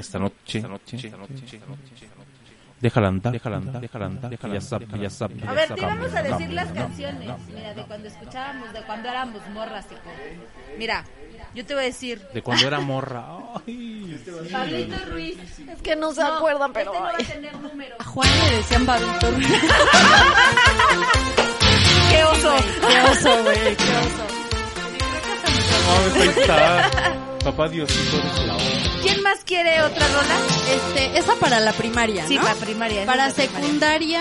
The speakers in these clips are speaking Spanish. Esta noche, esta noche, esta noche, esta noche. Déjala andar, déjala andar, déjala andar, déjala ya sabe, ya sabe. A ver, te íbamos a decir las canciones. Mira, de cuando escuchábamos, de cuando éramos morras y todo. Mira, yo te voy a decir. De cuando era morra. Ay, Pablito Ruiz. Es que no se acuerdan, pero. Este no va a ay. tener número. A Juan le decían Pablito Ruiz. ¡Qué oso! Qué oso, güey, qué oso. Papá Diosito de la onda. ¿Quién más quiere otra rola? Este, esa para la primaria, Sí, ¿no? para primaria. esa Para es la primaria. secundaria,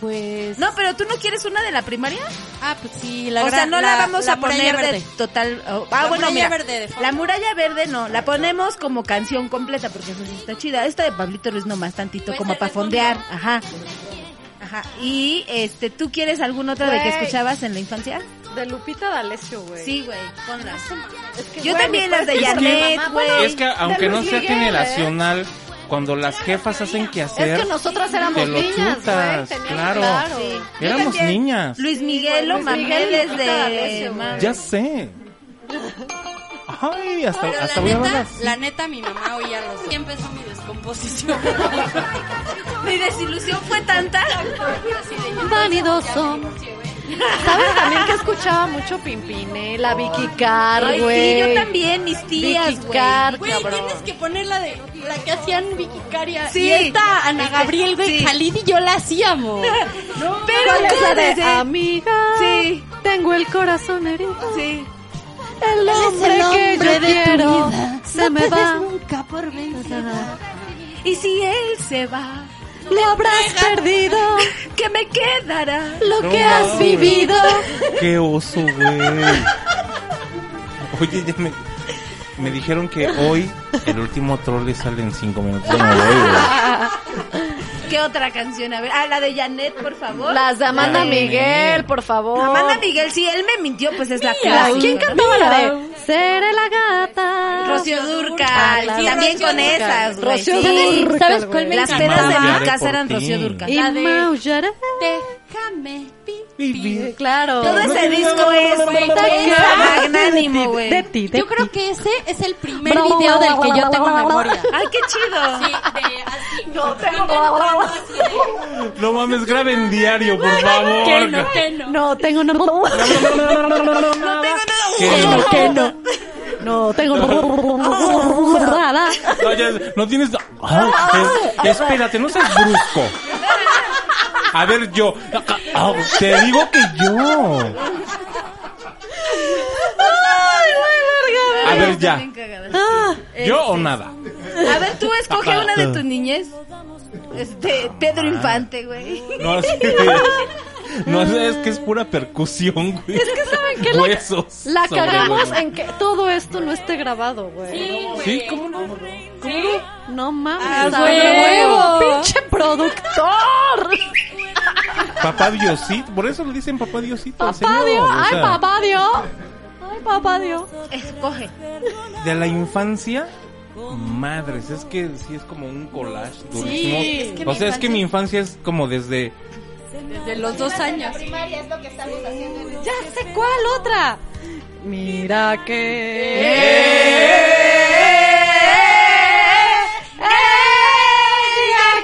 pues. No, pero tú no quieres una de la primaria? Ah, pues sí, la o sea, gran- no la, vamos la a poner muralla de verde. total. oh, ah, La bueno, muralla mira. verde de fondo. la muralla verde no, la ponemos como canción completa porque esa sí está chida. Esta de Pablito Ruiz nomás tantito Pues, como de para fondo. fondear. Ajá. Ajá. ¿Y este, tú quieres alguna otra de que Güey. escuchabas en la infancia? De Lupita D'Alessio, güey. Sí, güey, ponla. Es que, Yo güey, también me las de parece que Janet, mamá- güey. Bueno, Es que aunque no Luis sea Miguel, ¿eh? generacional, cuando las jefas hacen que hacer, Es que nosotras éramos te lo niñas, güey. chutas, teníamos- claro. Sí. Yo éramos también. niñas. Luis Miguel o Luis Miguel y Mameles Lupita de D'Alessio, güey. Mameles. Ya sé. Ay, hasta, Pero la, hasta voy a neta, hablar. la neta, mi mamá oía los. Y empezó mi descomposición. Mi desilusión fue tanta. Vanidoso. ¿Sabes también que escuchaba mucho Pimpinela, Vicky Carr, Ay, güey? sí, yo también, mis tías, Vicky güey. Carr, Güey, cabrón. tienes que poner la de la que hacían Vicky Caria Sí. y esta Ana Este, Gabriel, güey, sí. Khalid y yo la hacíamos. Pero ¿eh? ¿Cuál es la de desde- amiga? Sí. Tengo el corazón herido. Sí. El hombre, que yo quiero se me va. nunca por vencida. Y si él se va, Le habrás perdido ¿qué me quedará? lo No que has mames. vivido. Qué oso, güey. Oye, ya me, me dijeron que hoy el último troll sale en cinco minutos. Yo me voy, güey. ¿Qué otra canción? A ver, ah, la de Janet, por favor. Las de Amanda Ay, Miguel, por favor. Amanda Miguel, sí, él me mintió, pues es la Mira, clásica. ¿Quién ¿no? cantaba la de Seré la gata? Rocío Ah, Durcal, la- también Rocío con Dúrcal. esas, güey. Rocío Sí. ¿Sabes, Durcal, ¿sabes cuál me güey. Las encantaba? pedas de mi Maullaré casa por eran ti. Rocío Durcal. Y La de- maullaré. Déjame Vivir. vivir. Claro. Todo ese disco es Claro. magnánimo, güey. De ti, de Yo ti. creo que ese es el primer video del que yo tengo memoria. Ay, qué chido. Sí, de así. No tengo- así de- No mames, graben diario, por favor. Que no, que no. No tengo no. No tengo Que no. Que no. No tengo nada. No, ya, no tienes. Ah, es- espérate, no seas brusco. A ver, yo. Ah, te digo que yo. A ver, ya. Ah, ¿Yo Este. o nada? A ver, tú escoge una de tus niñez. Este, Pedro Infante, güey. No, es que, no, es que es pura percusión, güey. Es que ¿saben qué? La- Huesos. La sobre cagamos huesos. en que todo esto no esté grabado, güey. Sí, ¿cómo no? No mames. Ah, a güey. huevo. Pinche productor. Papá Diosito. Por eso le dicen papá Diosito. al Papá señor, Dios. Ah, o Ay, sea, papá Dios. Ay, papá Dios. Escoge. De la infancia. Madres, es que sí es como un collage durísimo. es que o mi sea, es que infancia- mi infancia es como desde Desde los dos años. Ya sé cuál otra. Mira que. Ella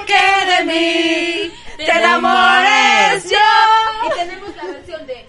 que de mí te enamores yo. Y tenemos la versión de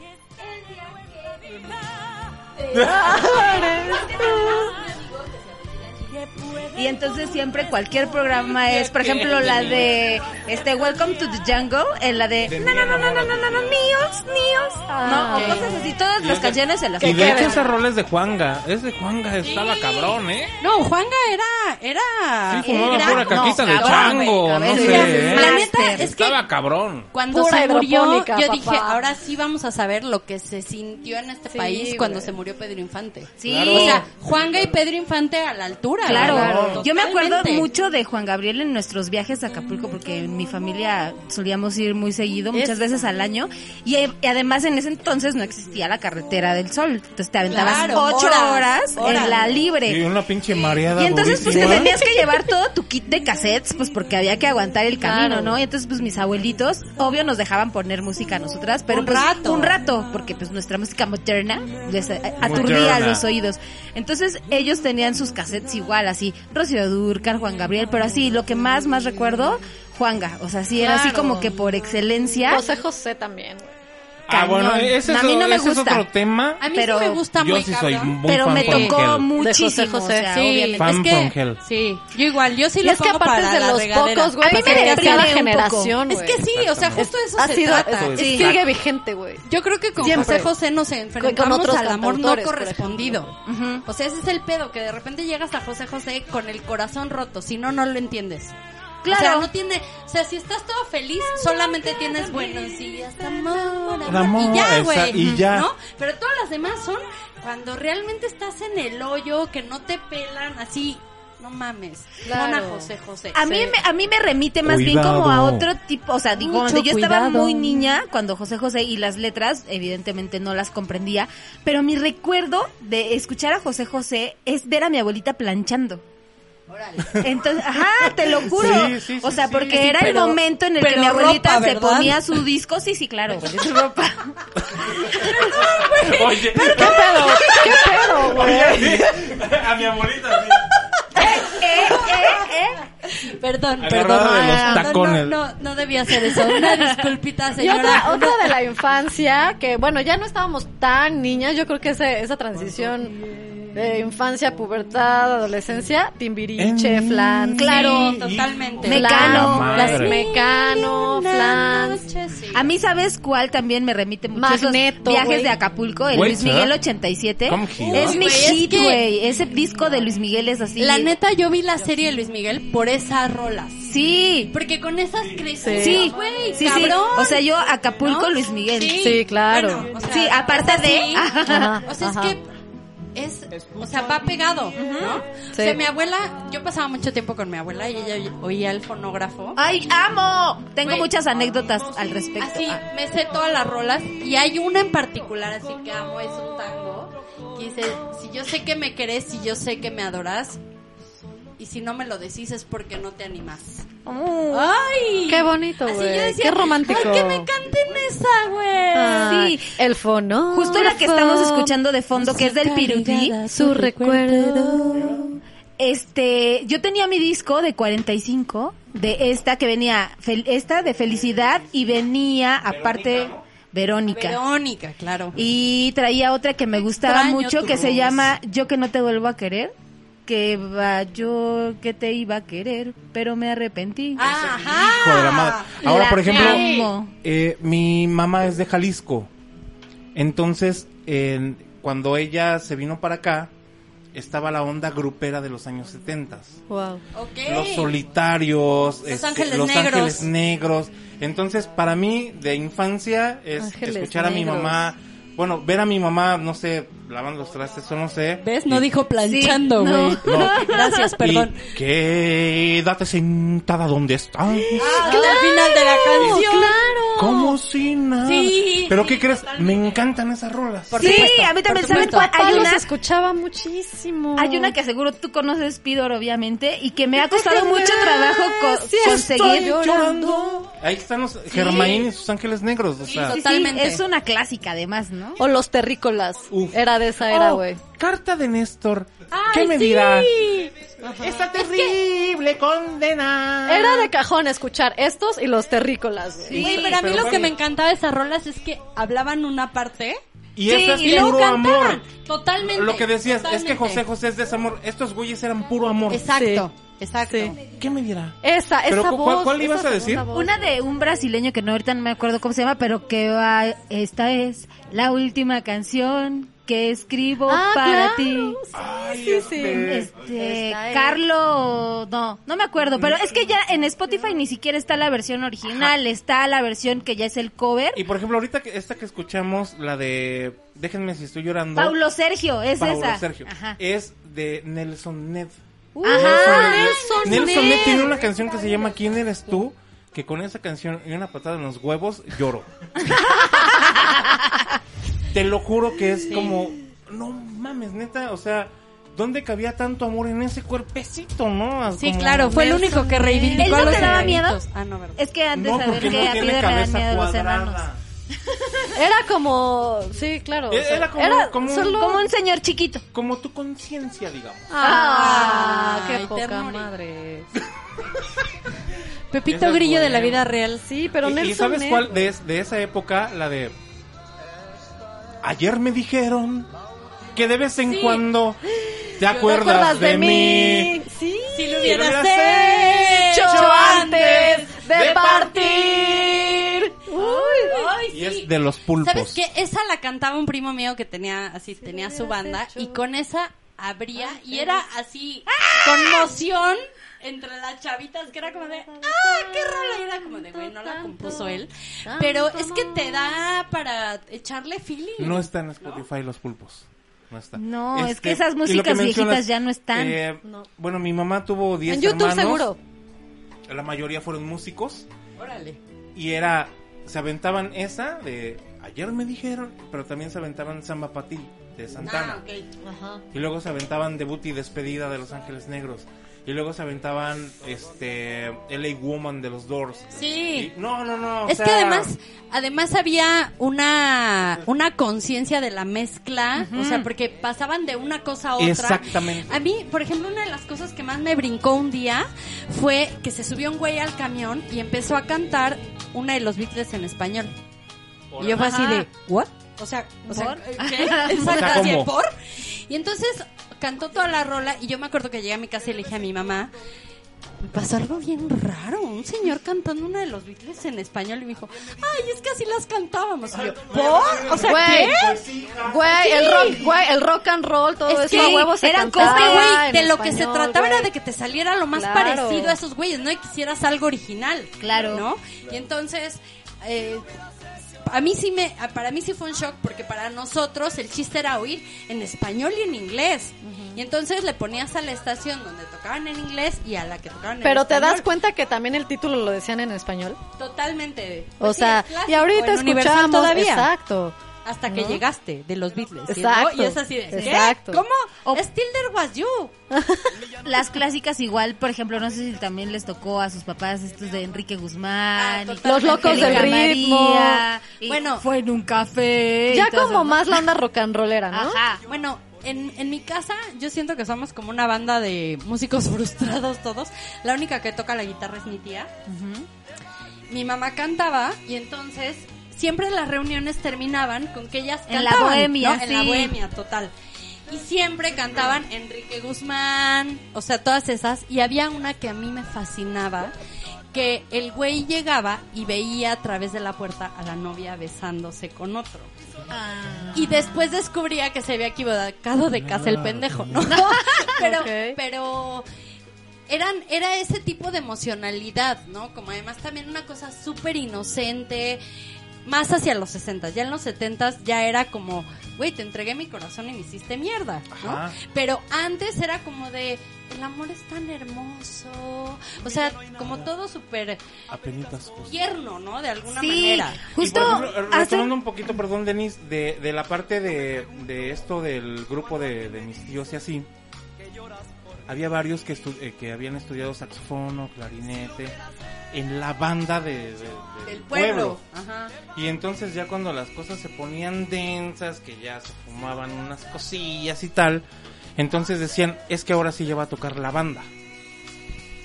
Y entonces siempre cualquier programa es, por ejemplo, la de este Welcome to the Jungle, eh, la de no no no no no no no no, míos míos, no Ah, o cosas así, todas las canciones se las Y de hecho ese rol es de Juanga. Es de Juanga, estaba cabrón, ¿eh? No, Juanga era, era. Sí, fumaba era- pura caquita de cabrón, chango, güey, no cabrón. sé, La ¿eh? neta es que Estaba cabrón. cuando Pura se murió, yo hidropónica, dije, papá. ahora sí vamos a saber lo que se sintió en este Sí, país güey. cuando se murió Pedro Infante. Sí. Claro. O sea, Juanga y Pedro Infante a la altura. Claro, güey, yo me acuerdo totalmente. mucho de Juan Gabriel en nuestros viajes a Acapulco porque en mi familia solíamos ir muy seguido, muchas Es- veces al año y, eh, y además en ese entonces no existía la carretera del sol, entonces te aventabas Claro, ocho horas, horas, en la horas. libre. Y una pinche mareada Y entonces pues te durísima. tenías que llevar todo tu kit de cassettes, pues porque había que aguantar el camino, Claro. ¿no? Y entonces pues mis abuelitos, obvio nos dejaban poner música a nosotras, pero Un pues rato. un rato, porque pues nuestra música moderna les eh, Moderna. aturdía los oídos. Entonces ellos tenían sus cassettes igual, así, Rocío bifurcar Juan Gabriel, pero así, lo que más, más recuerdo, Juanga. O sea, sí, era así Claro. como que por excelencia. José José también. güey. Ah, bueno, cañón. ese es, A mí no me ese es gusta. otro tema. A mí Pero sí me gusta Yo muy sí soy cabrón. muy pero fan me por tocó Ángel. muchísimo. De José José, o sea, sí. obviamente. Fan es que, from hell. Sí, yo igual, yo sí Y lo es que pongo aparte es para de la los regadera. pocos, güey, A mí me que pertenece a la deprime un poco. generación, Es güey. que sí, o sea, justo de eso ha se sido, trata. eso es. Sí. sigue vigente, güey. Yo creo que con Siempre. José José nos enfrentamos otros al amor no cantautores, por correspondido. Ujú. O sea, ese es el pedo, que de repente llegas a José José con el corazón roto, si no, no lo entiendes. Claro. O sea, no tiene, o sea, si estás todo feliz, solamente tienes buenos días, amor, amor, Amor, y ya, esa- güey, y ya. ¿no? Pero todas las demás son cuando realmente estás en el hoyo, que no te pelan, así, no mames. Pon a Claro. José José. A mí, me, a mí me remite más bien Cuidado. como a otro tipo, o sea, digo, Mucho cuando yo estaba cuidado. muy niña, cuando José José y las letras, evidentemente no las comprendía, pero mi recuerdo de escuchar a José José es ver a mi abuelita planchando. Entonces, ajá, te lo juro. Sí, sí, sí, o sea, sí. porque Sí, era pero- el momento en el que pero mi abuelita ropa, se ¿verdad? ponía su disco, sí, sí, claro, güey, su ropa. Oye, ¿Qué pedo? ¿Qué pedo, güey? a mi abuelita. sí. Eh, eh, eh. Perdón, Agarrada perdón. de los Ah, tacones. No, no, no debía hacer eso. Una disculpita, Y señora. otra, otra de la infancia, que bueno, ya no estábamos tan niñas, yo creo que ese- esa transición de infancia, pubertad, adolescencia, timbiriche, En- flan, Claro, Sí. totalmente. flan, Mecano. La las madre. mecano, flan. A mí, ¿sabes cuál también me remite mucho? Esos Magneto, viajes güey. de Acapulco, el Güey, Luis ¿será? Miguel 87. ¿Cómo que Es no? mi Güey, es hit, que- güey. Ese disco de Luis Miguel es así. La neta, yo vi la serie de Luis Miguel por esas rolas. Sí. Porque con esas creces. Sí, güey, sí, sí. cabrón. O sea, yo Acapulco, ¿No? Luis Miguel. Sí, claro. Bueno, o sea, Sí, aparte o sea, de- sí. Ajá. o sea, es Ajá. que es, o sea, va pegado, ¿no? O sea, Sí. mi abuela, yo pasaba mucho tiempo con mi abuela y ella oía el fonógrafo. ¡Ay, amo! Tengo Güey. muchas anécdotas al respecto. Así, Ah. me sé todas las rolas y hay una en particular así que amo, es un tango. que dice, si yo sé que me querés, si yo sé que me adorás, y si no me lo decís es porque no te animás. Oh. ¡Ay! Qué bonito, Así yo güey. decía, Qué romántico. ¡Ay, que me canten esa, güey! Ay, Sí. Ah, El fono. Justo la que estamos escuchando de fondo, que es del Pirulí. Su recuerdo. Este, yo tenía mi disco de 45 de esta que venía fel- esta de felicidad y venía aparte Verónica. Verónica, claro. Y traía otra que me gustaba Extraño mucho tu que se voz. llama Yo que no te vuelvo a querer, que va yo que te iba a querer, pero me arrepentí. Ah. Hijo de la madre. Ajá. Ahora, La por ejemplo, amo. eh, mi mamá es de Jalisco. Entonces, en- cuando ella se vino para acá, estaba la onda grupera de los años 70. Wow. Ok. Los solitarios, este, Los Ángeles los Negros. Ángeles Negros. Entonces, para mí, de infancia, es Ángeles escuchar a mi Negros. mamá. Bueno, ver a mi mamá, no sé, lavando los trastes o no sé. ¿Ves? No Y- dijo planchando, Sí, no. güey. No. Gracias, perdón. Y quédate sentada donde estás. Ah, al final de la canción. ¿Cómo si nada? Sí, ¿Pero sí, qué crees? totalmente. Me encantan esas rolas. Por sí, supuesto, a mí también por saben cuál supuesto. hay Pablo una se escuchaba muchísimo. hay una que seguro tú conoces Pidor obviamente y que me ha costado Déjame mucho ver trabajo co- si conseguir estoy llorando. Ahí están los Germain y sus ángeles negros. O sea, Sí, sí, Totalmente. es una clásica además, ¿no? O los terrícolas. Uf. Era de esa era, Oh, güey. Carta de Néstor. ¿Qué Ay, me sí. dirá? Esta terrible condena. Era de cajón escuchar estos y los terrícolas, güey. Güey, pero a mí pero lo que bueno. me encantaba de esas rolas es que hablaban una parte Y eso Sí, y es luego puro amor. totalmente. Lo que decías es que totalmente. José José es desamor. Estos güeyes eran puro amor. Exacto, exacto. Sí. ¿Qué me dirá? Esa, Pero esa ¿cu- voz. cuál- cuál esa ibas a segunda decir? voz. Una de un brasileño que no ahorita no me acuerdo cómo se llama, pero que va, esta es la última canción que escribo Ah, para claro, ti. sí, Ay, sí, sí. este. Este, Esta es. Carlo, no, no me acuerdo, pero es que ya en Spotify ni siquiera está la versión original, está la versión que ya es el cover. Y por ejemplo, ahorita que esta que escuchamos, la de Déjenme si estoy llorando. Paulo Sergio, es Paulo esa. Sergio. Ajá. Es de Nelson Ned. Ajá. Nelson Nelson Ned Ned. tiene una canción que se llama ¿Quién eres tú? Que con esa canción y una patada en los huevos lloro. Te lo juro que es como, no mames, neta, o sea, ¿dónde cabía tanto amor en ese cuerpecito, no? Sí, Como- claro, fue el único que reivindicó ¿Él no a los te daba miedo? enanitos. Ah, no, verdad. Es que antes No, de saber porque que no a tiene Piedra le dan cabeza miedo los cuadrada. enanos. Era como. Sí, claro. o Era- sea, E-, era como- como un- solo- Como un señor chiquito. Como tu conciencia, digamos. Ah, Ay, qué poca ternurita. madre. Pepito Esa es Grillo de la buena. vida real. Sí, pero ¿Y- Nelson. ¿Y sabes Ned- cuál? De, es- de esa época, la de... Ayer me dijeron que de vez en Sí. cuando te ¿Te acuerdas, de, mí. Sí. Si lo Si lo hubieras hubieras hecho hecho antes de de partir. partir. Y es de los pulpos. ¿Sabes qué? Esa la cantaba un primo mío que tenía así, tenía su banda y con esa abría y era así conmoción entre las chavitas que era como de, ah, qué rola y era como de, güey, no la compuso él, pero es que te da para echarle feeling. No está en Spotify los pulpos. No está. No, es que Este, esas y lo que músicas mencionas, viejitas ya no están. eh, No. Bueno, mi mamá tuvo 10 En YouTube hermanos. seguro. La mayoría fueron músicos. Órale. Y era. Se aventaban esa de. Ayer me dijeron. Pero también se aventaban Samba Patí de Santana. Ah, ok. Ajá. Y luego se aventaban Debut y Despedida de Los Ángeles Negros. Y luego se aventaban este LA Woman de los Doors. Sí. Y- no, no, no. o Es sea, que además, además había una, una conciencia de la mezcla, o sea, porque pasaban de una cosa a otra. Exactamente. A mí, por ejemplo, una de las cosas que más me brincó un día fue que se subió un güey al camión y empezó a cantar una de los Beatles en español. Y yo fue así Ajá. de, ¿what? O sea, o sea, ¿Por? ¿qué? Exacto, O sea, así de, ¿cómo? ¿por? Y entonces cantó toda la rola y yo me acuerdo que llegué a mi casa y le dije a mi mamá, me pasó algo bien raro, un señor cantando una de los Beatles en español y me dijo, ay, es que así las cantábamos. Y yo, ¿por? ¿Oh? O sea, Güey, pues, ¿qué? güey, el rock, güey, el rock and roll, todo Es eso que a huevo se eran cantaba Este güey, en de lo que se español, trataba era güey. de que te saliera lo más Claro. parecido a esos güeyes, no y quisieras algo original. Claro. ¿No? Y entonces, eh, a mí sí me, a- para mí sí fue un shock, porque para nosotros el chiste era oír en español y en inglés. Y entonces le ponías a la estación donde tocaban en inglés y a la que tocaban en Pero te das español. cuenta que también el título lo decían en español. Totalmente. O Pues sí, sea, es clásico, y ahorita en Universal escuchamos todavía. Exacto. Hasta que ¿No? llegaste de los Beatles. ¿sí, no? Exacto, Y es así de, ¿qué? exacto. ¿Cómo? O- Still there was you. Las clásicas igual, por ejemplo, no sé si también les tocó a sus papás estos de Enrique Ah, Guzmán. y- totalmente. Los locos del Angélica ritmo. María, y Bueno. fue en un café. y Ya todo como eso, ¿no? más la onda rock and rollera, ¿no? Ajá. Bueno, en, en mi casa yo siento que somos como una banda de músicos frustrados todos. La única que toca la guitarra es mi tía. Mi mamá cantaba y entonces siempre las reuniones terminaban con que ellas cantaban. En la bohemia, ¿no? En la sí. bohemia, total. Y siempre cantaban Enrique Guzmán, o sea, todas esas. Y había una que a mí me fascinaba, que el güey llegaba y veía a través de la puerta a la novia besándose con otro. Y después descubría que se había equivocado de casa el pendejo, ¿no? pero, Ok. pero eran, era ese tipo de emocionalidad, ¿no? Como además también una cosa súper inocente, más hacia los 60, ya en los 70 ya era como, güey, te entregué mi corazón y me hiciste mierda, ¿no? Ajá. Pero antes era como de, el amor es tan hermoso, o sea, como todo súper Apenitas cosas. tierno, ¿no? De alguna Sí, manera. justo Y, pues. por ejemplo, eh, hace- retomando un poquito, perdón, Denise, de, de la parte de, de esto del grupo de, de mis tíos y así. Había varios que, estu- eh, que habían estudiado saxofono, clarinete, en la banda de, de- de- Del pueblo. Ajá. Y entonces ya cuando las cosas se ponían densas, que ya se fumaban unas cosillas y tal, entonces decían, es que ahora sí ya va a tocar la banda.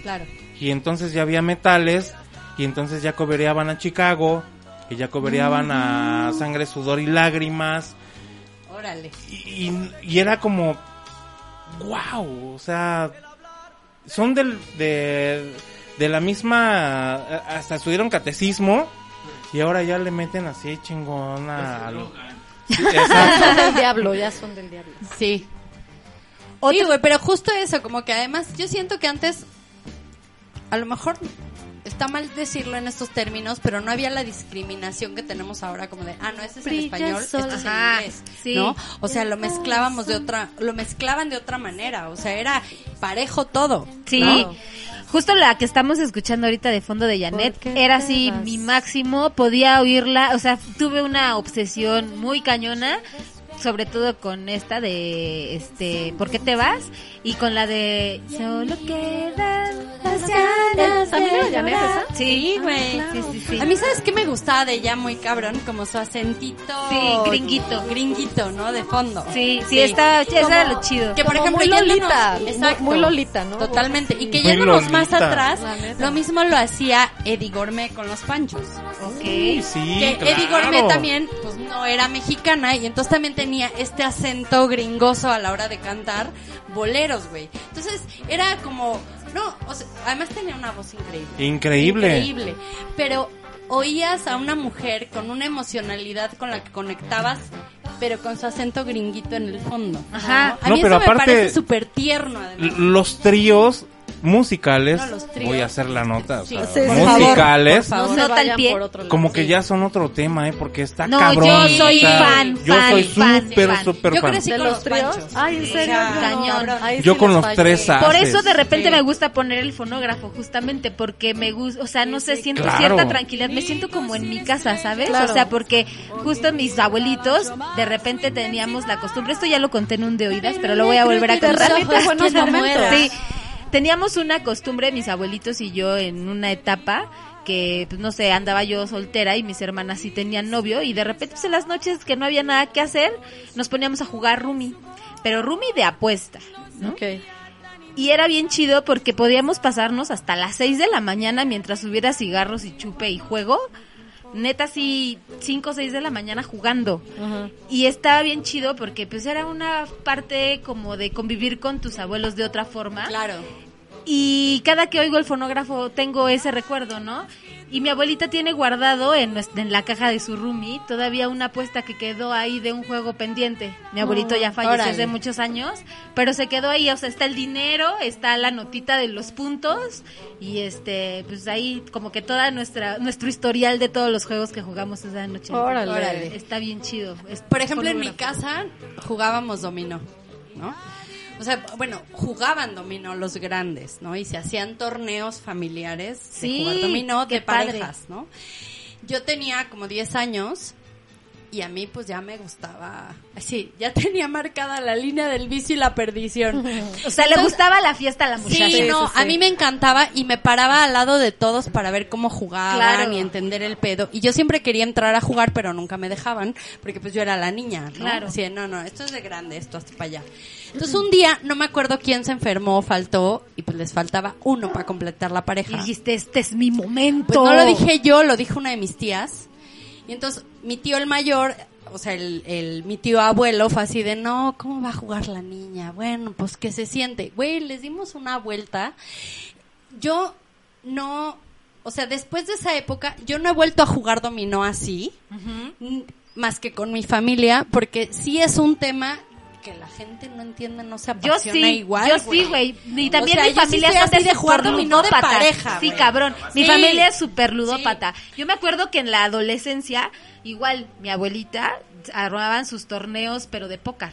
Claro. Y entonces ya había metales, y entonces ya cobereaban a Chicago, y ya cobereaban a Sangre, Sudor y Lágrimas, Órale. y, y- y era como, wow, o sea, son del, de, de la misma, hasta estuvieron catecismo, y ahora ya le meten así chingón a... Sí, exacto. Son del diablo, ya son del diablo. Sí. Sí, güey, pero justo eso, como que además yo siento que antes, a lo mejor está mal decirlo en estos términos, pero no había la discriminación que tenemos ahora, como de, ah, no, este es en Brilla español, el este sol. es en Ajá, inglés, sí. ¿no? O sea, lo mezclábamos de otra, lo mezclaban de otra manera, o sea, era parejo todo. Sí. ¿no? Justo la que estamos escuchando ahorita de fondo de Janet ¿Por qué era te así vas? mi máximo, podía oírla, o sea, tuve una obsesión muy cañona, sobre todo con esta de este, ¿por qué te vas? Y con la de solo quedan las ganas ¿También era Janet esa? Sí, güey. claro. Sí, sí, sí. A mí, ¿sabes qué me gustaba de ella muy cabrón? Como su acentito. Sí, gringuito. Gringuito, ¿no? De fondo. Sí, sí, esta- esa Como- era lo chido. Que por Como ejemplo, muy yéndonos- Lolita, muy- exacto. muy Lolita, ¿no? Totalmente. Y que Muy yéndonos más Lolita. atrás, La neta. lo mismo lo hacía Eddie Gourmet con los panchos. Sí, Ok. sí, que Eddie claro. Gourmet también, pues no era mexicana y entonces también tenía este acento gringoso a la hora de cantar boleros, güey. Entonces era como, no, o sea, además tenía una voz increíble. Increíble. Increíble. Pero oías a una mujer con una emocionalidad con la que conectabas, pero con su acento gringuito en el fondo. Ajá. A No, mí pero eso aparte- me parece súper tierno, además. L- Los tríos musicales, No, los tríos. voy a hacer la nota, o Sí. sea, Sí, sí, por favor, musicales, No favor. se Nota al vayan pie. por otro lado. como que Sí. ya son otro tema, ¿eh? Porque está No, cabrón. yo soy o sea, fan, Yo fan, soy fan, súper, fan. súper Yo fan. crecí ¿De con los, los tríos? panchos. Ay, en Sí, serio. o sea, cañón. Ahí Yo sí con les los fallé. tres ah, A. Por haces. eso de repente Sí. me gusta poner el fonógrafo, justamente porque me gusta, o sea, no sé, siento Claro. cierta tranquilidad, me siento como en mi casa, ¿sabes? Claro. O sea, porque justo mis abuelitos de repente teníamos la costumbre, esto ya lo conté en un de oídas, pero lo voy a volver a Tus contar. ojos, buenos momentos. Sí, teníamos una costumbre, mis abuelitos y yo, en una etapa que, pues, no sé, andaba yo soltera y mis hermanas sí tenían novio y de repente, pues, en las noches que no había nada que hacer, nos poníamos a jugar Rumi, pero Rumi de apuesta. Ok. Y era bien chido porque podíamos pasarnos hasta las 6 de la mañana mientras hubiera cigarros y chupe y juego. Neta, sí, 5 o 6 de la mañana jugando. Ajá. Y estaba bien chido porque pues era una parte como de convivir con tus abuelos de otra forma. Claro. Y cada que oigo el fonógrafo tengo ese recuerdo, ¿no? Y mi abuelita tiene guardado en, nues- en la caja de su roomie todavía una apuesta que quedó ahí de un juego pendiente. Mi Mm, abuelito ya falleció órale. hace muchos años, pero se quedó ahí, o sea, está el dinero, está la notita de los puntos y este, pues ahí como que toda nuestra nuestro historial de todos los juegos que jugamos esa noche. Órale. Órale. Está bien chido. es- Por ejemplo, en mi fonógrafo. casa jugábamos dominó, ¿no? O sea, bueno, jugaban dominó los grandes, ¿no? Y se hacían torneos familiares Sí, de jugar dominó qué de padre. parejas, ¿no? Yo tenía como 10 años y a mí pues ya me gustaba, sí, ya tenía marcada la línea del vicio y la perdición. O sea, le Entonces- gustaba la fiesta a la muchacha. Sí, no, sí, sí. a mí me encantaba y me paraba al lado de todos para ver cómo jugaban Claro. y entender el pedo. Y yo siempre quería entrar a jugar, pero nunca me dejaban, porque pues yo era la niña, ¿no? Claro. Así de, no, no, esto es de grande, esto hasta para allá. Entonces un día, no me acuerdo quién se enfermó, faltó, y pues les faltaba uno para completar la Y pareja. dijiste, este es mi momento. Pues no lo dije yo, lo dijo una de mis tías. Y entonces mi tío el mayor, o sea, el, el- mi tío abuelo fue así de, no, ¿cómo va a jugar la niña? Bueno, pues que se siente. Güey, les dimos una vuelta. Yo no, o sea, después de esa época, yo no he vuelto a jugar dominó así, n- más que con mi familia, porque sí es un tema que la gente no entiende, no se Yo apasiona sí, igual. yo sí, güey. Y O también sea, mi yo sí familia soy son así de, de jugar dominó de superludopatas. pareja, Sí, güey. cabrón. Mi Sí. familia es súper ludópata. ludópata. Yo me acuerdo que en la adolescencia, igual, mi abuelita armaban sus torneos, pero de póker.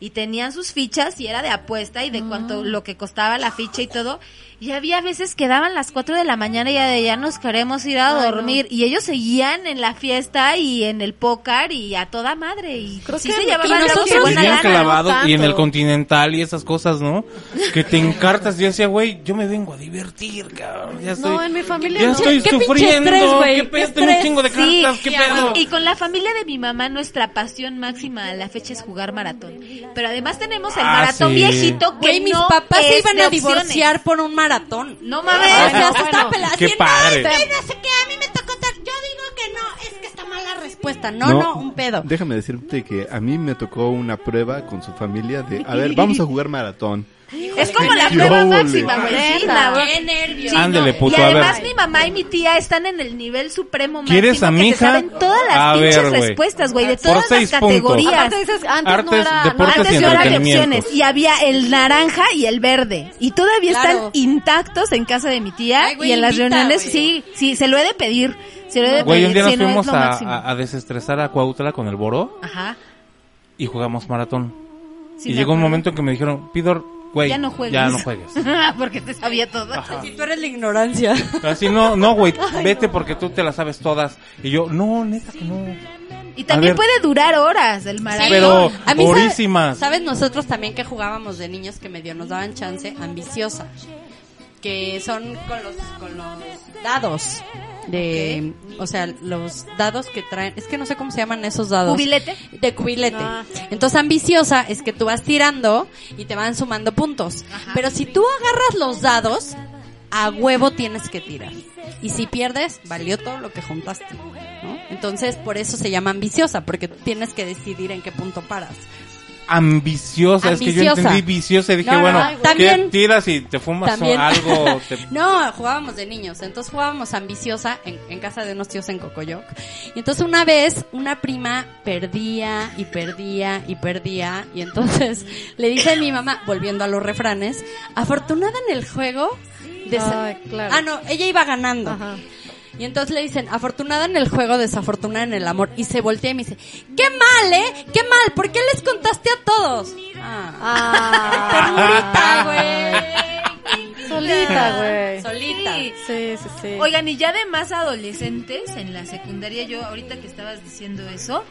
Y tenían sus fichas y era de apuesta y de cuánto lo que costaba la ficha y todo. Y había veces que daban las 4 de la mañana y ya de ya nos queremos ir a Ay, no. dormir. Y ellos seguían en la fiesta y en el póker y a toda madre. Y Creo sí que- se y llevaban nosotros- lejos y buena Vivían lana, ¿no? clavados y en el tanto. continental y esas cosas, ¿no? Que te encartas. Yo decía, güey, yo me vengo a divertir, cabrón. Ya estoy, No, en mi familia ya no. estoy ¿Qué pinche sufriendo. estrés, güey? qué ¿Qué pedo, tengo un estrés? chingo de Sí, cartas, qué pedo. y con la familia de mi mamá nuestra pasión máxima a la fecha es jugar maratón. Pero además tenemos el Ah, maratón sí. viejito que Güey, mis no papás se es iban de a opciones. divorciar por un maratón. Ah, No mames. O sea, se no, estaba bueno. pelando así, Qué "No, padre. es que no sé qué, a mí me tocó tal". Yo digo que no, es que está mala respuesta. No, no, un pedo. Déjame decirte que a mí me tocó una prueba con su familia de, a ver, vamos a jugar maratón. Es como la Qué prueba óvole. máxima, güey. Sí, Neta. cabrón. Qué nervios. Sí, Ándele, no. puto, y a además ver. mi mamá y mi tía están en el nivel supremo máximo ¿Quieres a que mi se hija? saben todas las A pinches ver, güey. respuestas, güey, de Por todas las seis puntos. categorías. Aparte dices, antes no Artes, era... no- deportes Antes y no eran de entretenimiento. opciones y había el naranja y el verde y todavía Claro. están intactos en casa de mi tía Ay, güey, y en las invita, reuniones güey. sí, sí, se lo he de pedir, se lo he de Güey, un pedir, día si nos no es fuimos lo a, máximo. a- a desestresar a Cuautla con el boro Ajá. y jugamos maratón. sí y me llegó un acuerdo. momento en que me dijeron, Pidor, güey, Ya no juegues. Ya no juegues. porque te sabía todo. Ajá. Si tú eres la ignorancia. Así, no, no, güey, vete porque tú te las sabes todas. Y yo, no, neta que no. Y A también ver. puede durar horas el maratón. Pero, A mí, ¿sabe- purísimas. ¿sabes? Nosotros también que jugábamos de niños que medio nos daban chance ambiciosa. que son con los, con los dados. De, o sea, los dados que traen, es que no sé cómo se llaman esos dados. ¿Cubilete? De cubilete. Ah. Entonces, ambiciosa es que tú vas tirando y te van sumando puntos. Pero si tú agarras los dados, a huevo tienes que tirar. Y si pierdes, valió todo lo que juntaste. ¿no? Entonces, por eso se llama ambiciosa, porque tú tienes que decidir en qué punto paras. Ambiciosa, es que yo Ambiciosa. entendí viciosa y dije, No, no, bueno, ay, güey. ¿qué También- tiras y te fumas o También. algo. te- No, jugábamos de niños. Entonces jugábamos ambiciosa en, en casa de unos tíos en Cocoyoc. Y entonces una vez una prima perdía y perdía y perdía. Y entonces le dice a mi mamá, volviendo a los refranes, afortunada en el juego. De Ay, claro. Ah, no, ella iba ganando. Ajá. Y entonces le dicen, afortunada en el juego, desafortunada en el amor. Y se voltea y me dice, qué mal, ¿eh? Qué mal, ¿por qué les contaste a todos? Ah, Ah, ternurita, güey. Solita, güey. Solita. Sí. Sí, sí, sí. Oigan, y ya de más adolescentes en la secundaria, yo ahorita que estabas diciendo eso,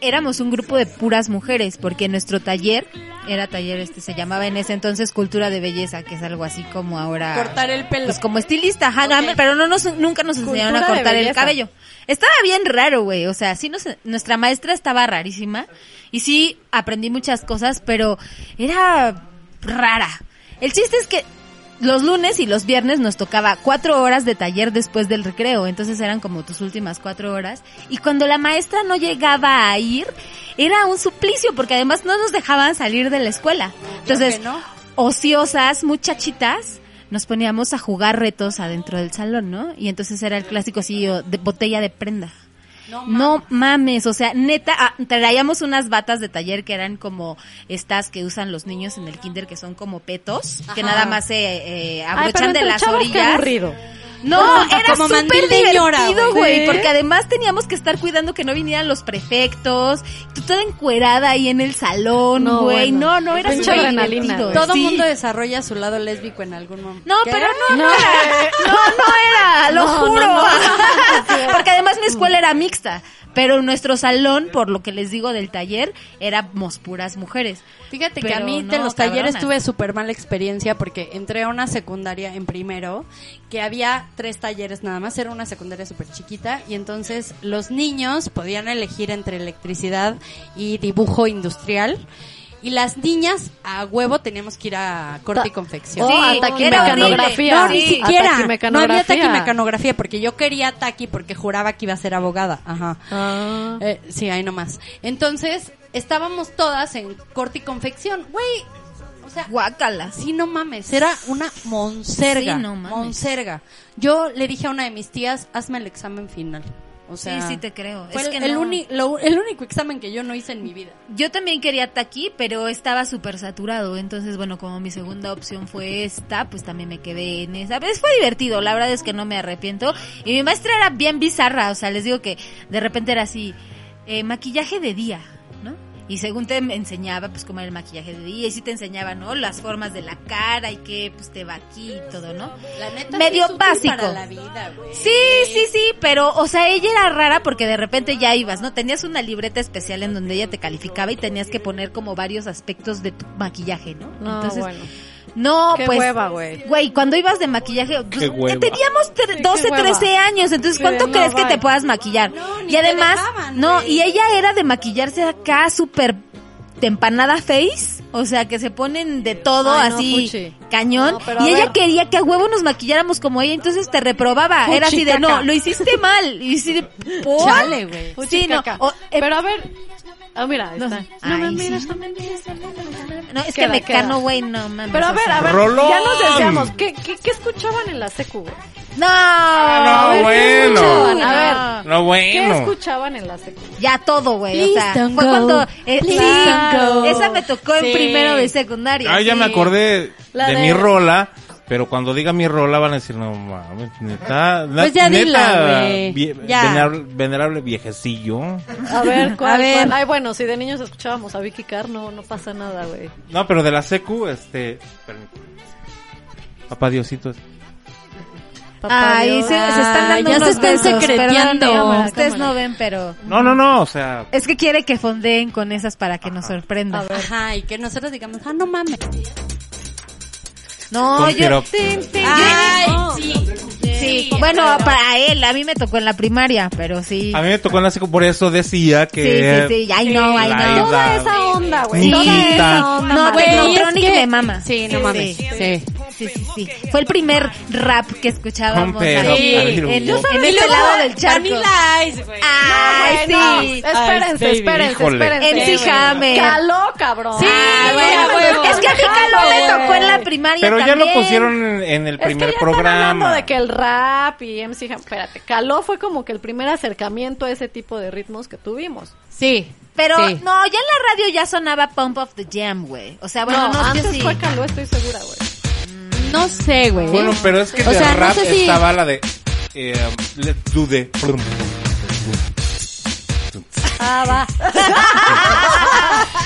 éramos un grupo de puras mujeres, porque nuestro taller era taller este, se llamaba en ese entonces cultura de belleza, que es algo así como ahora. Cortar el pelo. Ah, Pues como estilista, ajá, Ok. gam- pero no nos, nunca nos enseñaron Cultura a de cortar el belleza. cabello. Estaba bien raro, güey, o sea, sí nos, nuestra maestra estaba rarísima y sí aprendí muchas cosas, pero era rara. El chiste es que los lunes y los viernes nos tocaba cuatro horas de taller después del recreo, entonces eran como tus últimas cuatro horas. Y cuando la maestra no llegaba a ir, era un suplicio porque además no nos dejaban salir de la escuela. Entonces, que no. ociosas, muchachitas, nos poníamos a jugar retos adentro del salón, ¿no? Y entonces era el clásico así o de botella de prenda. No, No mames, o sea, neta, ah, traíamos unas batas de taller que eran como estas que usan los niños en el kinder, que son como petos, que Ajá. nada más se eh, Ay, abrochan pero de entre las chavos, Qué orillas. aburrido. No, era Como mandil súper de llora, divertido, güey. güey, Sí. porque además teníamos que estar cuidando que no vinieran los prefectos, tú toda encuerada ahí en el salón, No, güey, no, bueno. no, era Pinche súper adrenalina, divertido. güey. Todo Sí. mundo desarrolla su lado lésbico en algún momento. No, ¿Qué? pero no, no era, no, no era, Ah, lo juro. Porque además mi escuela era mixta, pero nuestro salón, por lo que les digo del taller, éramos puras mujeres. Fíjate que a Pero mí de no, los talleres cabronas. tuve súper mala experiencia porque entré a una secundaria en primero que había tres talleres nada más, era una secundaria súper chiquita y entonces los niños podían elegir entre electricidad y dibujo industrial y las niñas a huevo teníamos que ir a corte y Ta- confección. Oh, Sí, a taquimecanografía. taquimecanografía. No, Sí. ni siquiera. No había taquimecanografía. taquimecanografía porque yo quería taqui porque juraba que iba a ser abogada. Ajá. Ah. Eh, sí, ahí nomás. Entonces, estábamos todas en corte y confección. Güey, o sea, Guácalas. sí, no mames, era una monserga. Sí, no mames. Monserga. Yo le dije a una de mis tías, hazme el examen final. O sea, sí, sí te creo. Fue Es el, que el no. uni- lo- el único examen que yo no hice en mi vida. Yo también quería taqui, pero estaba súper saturado. Entonces, bueno, como mi segunda opción fue esta, pues también me quedé en esa. Pues fue divertido, la verdad es que no me arrepiento. Y mi maestra era bien bizarra, o sea, les digo que de repente era así, eh, maquillaje de día, ¿no? Y según te enseñaba, pues cómo era el maquillaje de día, y sí te enseñaba, ¿no? Las formas de la cara y qué, pues te va aquí y todo, ¿no? La neta, sí es Medio útil básico. para la vida, güey. Sí, sí, sí, pero, o sea, ella era rara porque de repente ya ibas, ¿no? Tenías una libreta especial en donde ella te calificaba y tenías que poner como varios aspectos de tu maquillaje, ¿no? No, Entonces, Ah, bueno. no, Qué pues. hueva, güey. Güey, cuando ibas de maquillaje, pues, Qué hueva. teníamos tre- qué 12, hueva. 13 años, entonces Sí, ¿cuánto no, crees que bye. te puedas maquillar? No, ni y te además, dejaban, no, güey. y ella era de maquillarse acá súper de empanada face, o sea, que se ponen de todo Ay, no, así fuchi. cañón, No, pero a y ella ver. quería que a huevo nos maquilláramos como ella, entonces te reprobaba, era así de, Fuchicaca. no, lo hiciste mal, y así de, ¿por? Chale, güey. Sí, no, Fuchicaca. o- eh, pues, Pero a ver. Ah, mira, ahí No, está. sí. Ay, sí. no, es queda, que me queda. cano, güey, no mames. Pero a o ver, sea. a ver. ¡Rolón! Ya nos decíamos. ¿Qué, qué, qué escuchaban en la secu, güey? No, no, a ver, Ah, bueno. ¿qué escuchaban? A No. No, ¿Qué bueno. escuchaban en la secu? Ya todo, güey. O Please sea, don't fue go. cuando. eh, Please sí, don't go. Esa me tocó en Sí. primero de secundaria. Ah, ya sí. me acordé La de, de- mi rola, pero cuando diga mi rola van a decir, no mames, neta, la- Pues ya neta, dila, güey. vie- Ya. venerable, venerable viejecillo. A ver, ¿cuál, A ver. cuál? Ay, bueno, si de niños escuchábamos a Vicky Carr, no, no pasa nada, güey. No, pero de la secu, este, permíteme. Papá Diosito. Papá Ay, Dios. se, se están dando ya se unos están besos, secreteando. perdón, Cámara, Ustedes cámara. no ven, pero. No, no, no, o sea, Es que quiere que fondeen con esas para que nos sorprenda. Ajá, y que nosotros digamos, ah, no mames. No, Con yo. pirop- Tin, tin, Ay, sí. Sí, bueno, para él, a mí me tocó en la primaria, pero sí. A mí me tocó en la secu, por eso decía Sí, sí, que... sí, ay no, ay la no. edad. Toda esa onda, güey. Ah, Sí. Toda esa Chiquita. onda. No, madre. güey, Güey, es Neutronic que- me mama. Sí, no mames. Sí. Sí. Sí, sí, sí. Fue el primer rap que escuchábamos Con pedo, ahí, Alviro. en, Yo en sabes este luego, lado del charco. Vanilla Ice, güey. Ay, No, güey, sí. no. Espérense, Ice Baby. espérense, Híjole. espérense. En güey. Sijame. Caló, cabrón. Sí, Ah, güey, bueno, a huevo. Es que a mí Calo me tocó en la primaria Pero ya lo también. pusieron en, en el Es que primer ya están hablando programa. de que el rap y MC Jam, espérate, Caló fue como que el primer acercamiento a ese tipo de ritmos que tuvimos. Sí. Pero Sí. no, ya en la radio ya sonaba Pump of the Jam, güey. O sea, bueno, no, yo antes sí. fue Caló, estoy segura, güey. No sé, güey. Bueno, pero es que O de sea, no rap sé si- estaba la de... Eh, let's do the... Ah, va.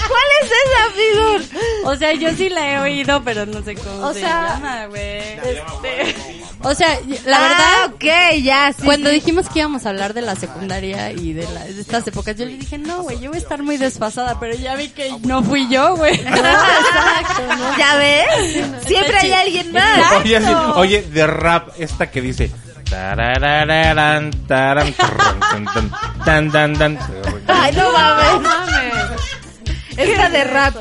¿Cuál es esa, Figur? O sea, yo sí la he oído, pero no sé cómo O se sea, llama, güey. Este, O sea, la Ah, verdad, ok, ya, sí. cuando dijimos que íbamos a hablar de la secundaria y de, la- de estas épocas, yo le dije, no, güey, yo voy a estar muy desfasada, pero ya vi que no fui yo, güey. ¿Ya ves? Siempre hay chido. alguien más. Oye, sí, oye, de rap, esta que dice. tararararán, tarán, tarán, tan, tan, tan, tan, tan. Ay, no mames. Mames. Esta de rap. Ah,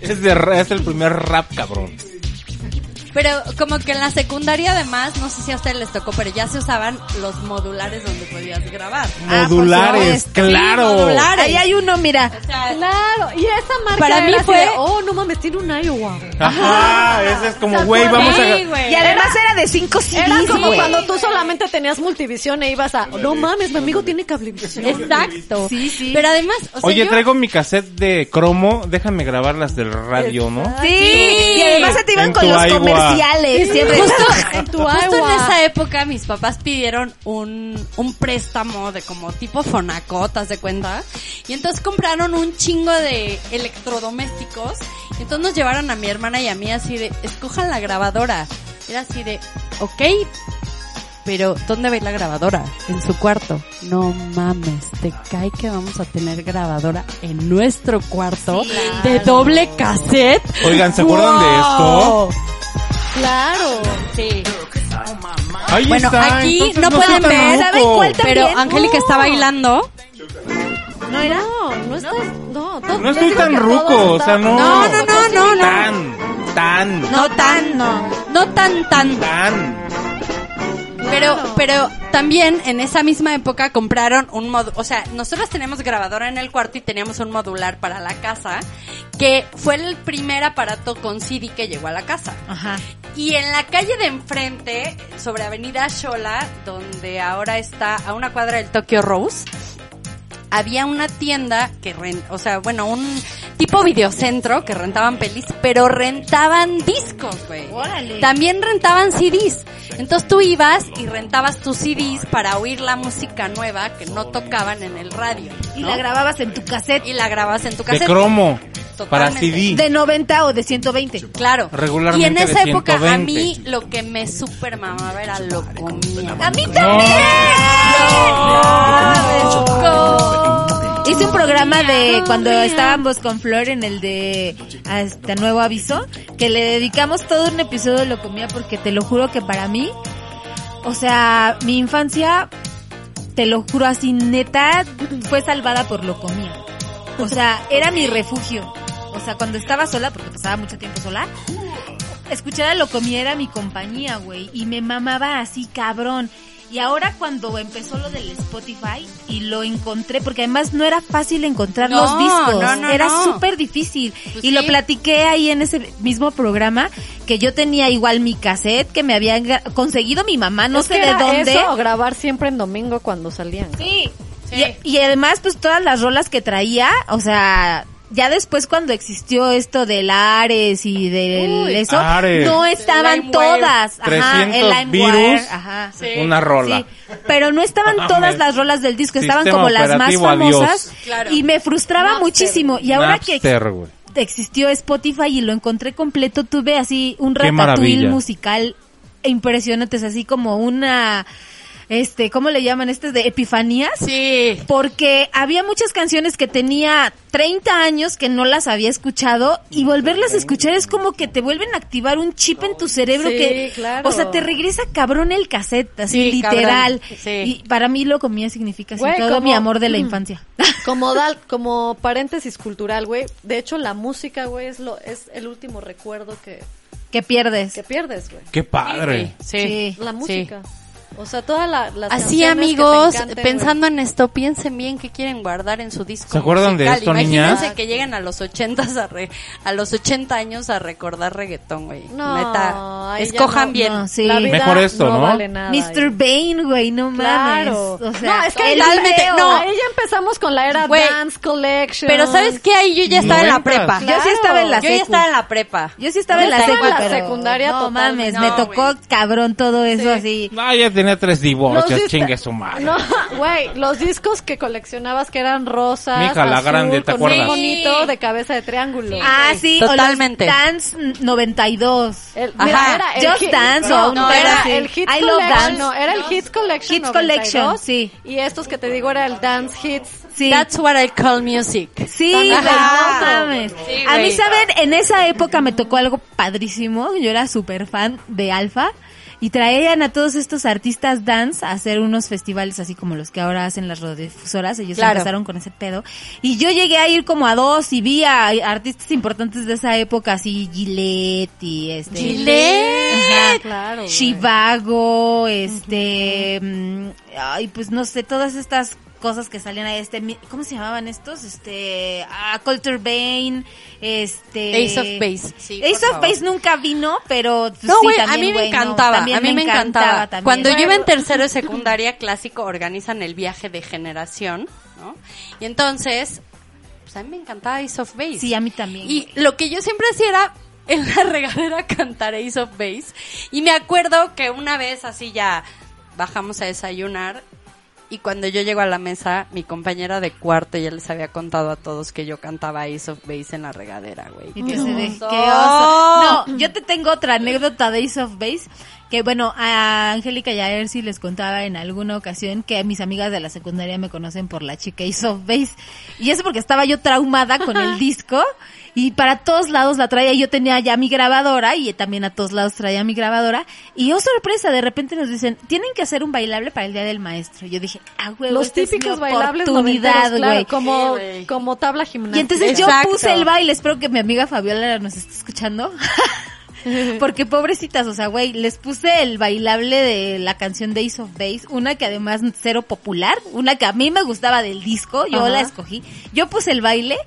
Es, de, ra- es el primer rap, cabrón. Pero como que en la secundaria además, no sé si a ustedes les tocó, pero ya se usaban los modulares donde podías grabar. Ah, por Modulares, supuesto. claro. Sí, modular. Ahí hay uno, mira. O sea, Claro, y esa marca Para era mí así fue- de, oh, no mames, tiene un Iowa. Ajá, ese es como, güey, vamos sí, a. güey. Y además era de cinco Era CDs, como güey. cuando tú solamente tenías multivisión e ibas a, no mames, mi amigo tiene cablevisión. Exacto. Sí, sí. Pero además, o sea, Oye, yo- traigo mi cassette de cromo, déjame grabar las del radio, ¿no? Sí. Y además se te iban En con tu los agua. comerciales. Siempre. en tu Justo en agua. esa época mis papás pidieron un, un préstamo de como tipo fonacotas de cuenta y entonces compraron un chingo de electrodomésticos y entonces nos llevaron a mi hermana y a mí así de escojan la grabadora era así de ok pero ¿dónde veis la grabadora? En su cuarto. No mames, te cae que vamos a tener grabadora en nuestro cuarto de doble cassette. Oigan, ¿se acuerdan de esto? Claro. Sí. Ahí Bueno, está, aquí entonces no soy pueden tan ver, ruco. ¿saben cuál te- Pero También, Angélica no. está bailando. No era. No, no estás, no. to- No yo estoy digo tan que ruco, todos o sea, no. No, no, no, no, no. Tan, tan, No tan, no. No tan, tan. tan. Pero, pero también en esa misma época compraron un mod, o sea, nosotros teníamos grabadora en el cuarto y teníamos un modular para la casa, que fue el primer aparato con CD que llegó a la casa. Ajá. Y en la calle de enfrente, sobre Avenida Shola, donde ahora está a una cuadra del Tokyo Rose, había una tienda que ren- o sea, bueno, un tipo videocentro que rentaban pelis, pero rentaban discos, güey. Órale. También rentaban CDs. Entonces tú ibas y rentabas tus CDs para oír la música nueva que no tocaban en el radio. Y ¿no? la grababas en tu cassette Y la grababas en tu De casa. cromo, para Totalmente. CD. de 90 o de 120. Claro. Regularmente Y en esa de época a 120. mí lo que me super mamaba era locomía. ¡A mí también! Hice un programa de cuando estábamos con Flor en el de Hasta Nuevo Aviso, que le dedicamos todo un episodio de Locomía porque te lo juro que para mí, o sea, mi infancia, te lo juro así, neta, fue salvada por Locomía. O sea, era mi refugio. O sea, cuando estaba sola, porque pasaba mucho tiempo sola, escuchar a Locomía era mi compañía, güey, y me mamaba así, cabrón. Y ahora cuando empezó lo del Spotify y lo encontré, porque además no era fácil encontrar No, los discos, no, no, era no. súper difícil. Pues y lo sí. platiqué ahí en ese mismo programa, que yo tenía igual mi cassette que me había gra- conseguido mi mamá, no Es sé que de era dónde. Eso, grabar siempre en domingo cuando salían. Sí. Y, y además, pues todas las rolas que traía, o sea, ya después cuando existió esto del Ares y del Uy. eso, Ares. no estaban LimeWire. todas. Ajá, 300 el LimeWire, virus, ajá. una rola. Sí, pero no estaban Mames. todas las rolas del disco, estaban Sistema como las más operativo, adiós. famosas Claro. y me frustraba muchísimo. Y ahora que Napster, güey. existió Spotify y lo encontré completo, tuve así un Qué ratatouille maravilla. musical impresionante, es así como una este, ¿cómo le llaman? Este de epifanías. Sí. Porque había muchas canciones que tenía 30 años que no las había escuchado Mm, y volverlas a escuchar es como que te vuelven a activar un chip en tu cerebro Sí, que, claro. o sea, te regresa cabrón el cassette, Sí, así literal. cabrón, sí. Y para mí lo comía significa así Güey, todo como- mi amor de la Mm. infancia. Como dal, como paréntesis cultural, güey. De hecho, la música, güey, es lo es el último recuerdo que, que pierdes. que pierdes, güey. Qué padre. Sí. La Sí. música. O sea, todas la, las Así canciones que te amigos, encanten, pensando en esto, piensen bien qué quieren guardar en su disco. ¿Se acuerdan de musical. esto, Imagínense niñas? que lleguen a los 80 a, re- a los 80 años a recordar reggaetón, güey. No, Neta, ahí ya escojan no, bien. no, sí. güey. La vida Mejor esto, ¿no? vale nada, Mr. güey. Bane, güey, no Claro. mames. O sea, no, es que el totalmente- video. no. no. Ahí ya empezamos con la era Güey. Dance Collection. Pero ¿sabes qué? Ahí yo ya estaba en la Noventas. prepa. Yo sí estaba en la Yo ya secu. estaba en la prepa. Yo sí estaba Yo en la estaba secu, en la pero secundaria no total, mames, no, me tocó güey. cabrón todo eso así. No, ya tenía tres Los divorcios, dis- chingue su madre. No, güey, los discos que coleccionabas que eran rosas, Mija, la grande, ¿te con un acuerdas? bonito Sí. de cabeza de triángulo. Sí. Ah, sí, o los Totalmente. Dance 92. El, Ajá. mira, era el Just hit- Dance no, o no, un era pedo el así. Hit I Love Collection, Dance. no, era el Hit Collection Hits Collection, 92, sí. Y estos que te digo era el Dance Hits. Sí. That's what I call music. Sí, Tan güey, hermoso. no mames. Sí, a mí, güey. ¿saben? En esa época me tocó algo padrísimo. Yo era súper fan de Alfa. Y traían a todos estos artistas dance a hacer unos festivales así como los que ahora hacen las radiodifusoras. Ellos Claro. empezaron con ese pedo. Y yo llegué a ir como a dos y vi a artistas importantes de esa época, así Gillette y este... Gillette. Ajá. Claro, güey. Chivago, este, mm, ay, pues no sé, todas estas cosas que salían a este, mi- ¿cómo se llamaban estos? Este, ah, Colter Bane, este, Ace of Base. Sí, Ace por of favor. Base nunca vino, pero pues, No, sí, güey, a también, mí me güey, no, encantaba, también a mí me encantaba. también. Cuando yo Bueno, iba en tercero de secundaria clásico, organizan el viaje de generación, ¿no? Y entonces, pues a mí me encantaba Ace of Base. Sí, a mí también. Y güey. lo que yo siempre hacía era en la regadera cantar Ace of Base. Y me acuerdo que una vez así ya bajamos a desayunar y cuando yo llego a la mesa, mi compañera de cuarto ya les había contado a todos que yo cantaba Ace of Base en la regadera, güey. Y que se de- oso! que oso. No, yo te tengo otra anécdota de Ace of Base. Que bueno, a Angélica y a Ercy les contaba en alguna ocasión que mis amigas de la secundaria me conocen por la chica Ace of Base. Y eso porque estaba yo traumada con el disco. Y para todos lados la traía. Yo tenía ya mi grabadora y también a todos lados traía mi grabadora. Y oh sorpresa, de repente nos dicen, tienen que hacer un bailable para el Día del Maestro. Yo dije, ah, huevo, Los esta es mi típicos bailables oportunidad, noventeros, claro, güey. Sí, como, güey. como tabla gimnástica. Y entonces Exacto. yo puse el baile, espero que mi amiga Fabiola nos esté escuchando. Porque pobrecitas, o sea, güey, les puse el bailable de la canción Days of Base, una que además cero popular, una que a mí me gustaba del disco, yo Ajá. la escogí. Yo puse el baile.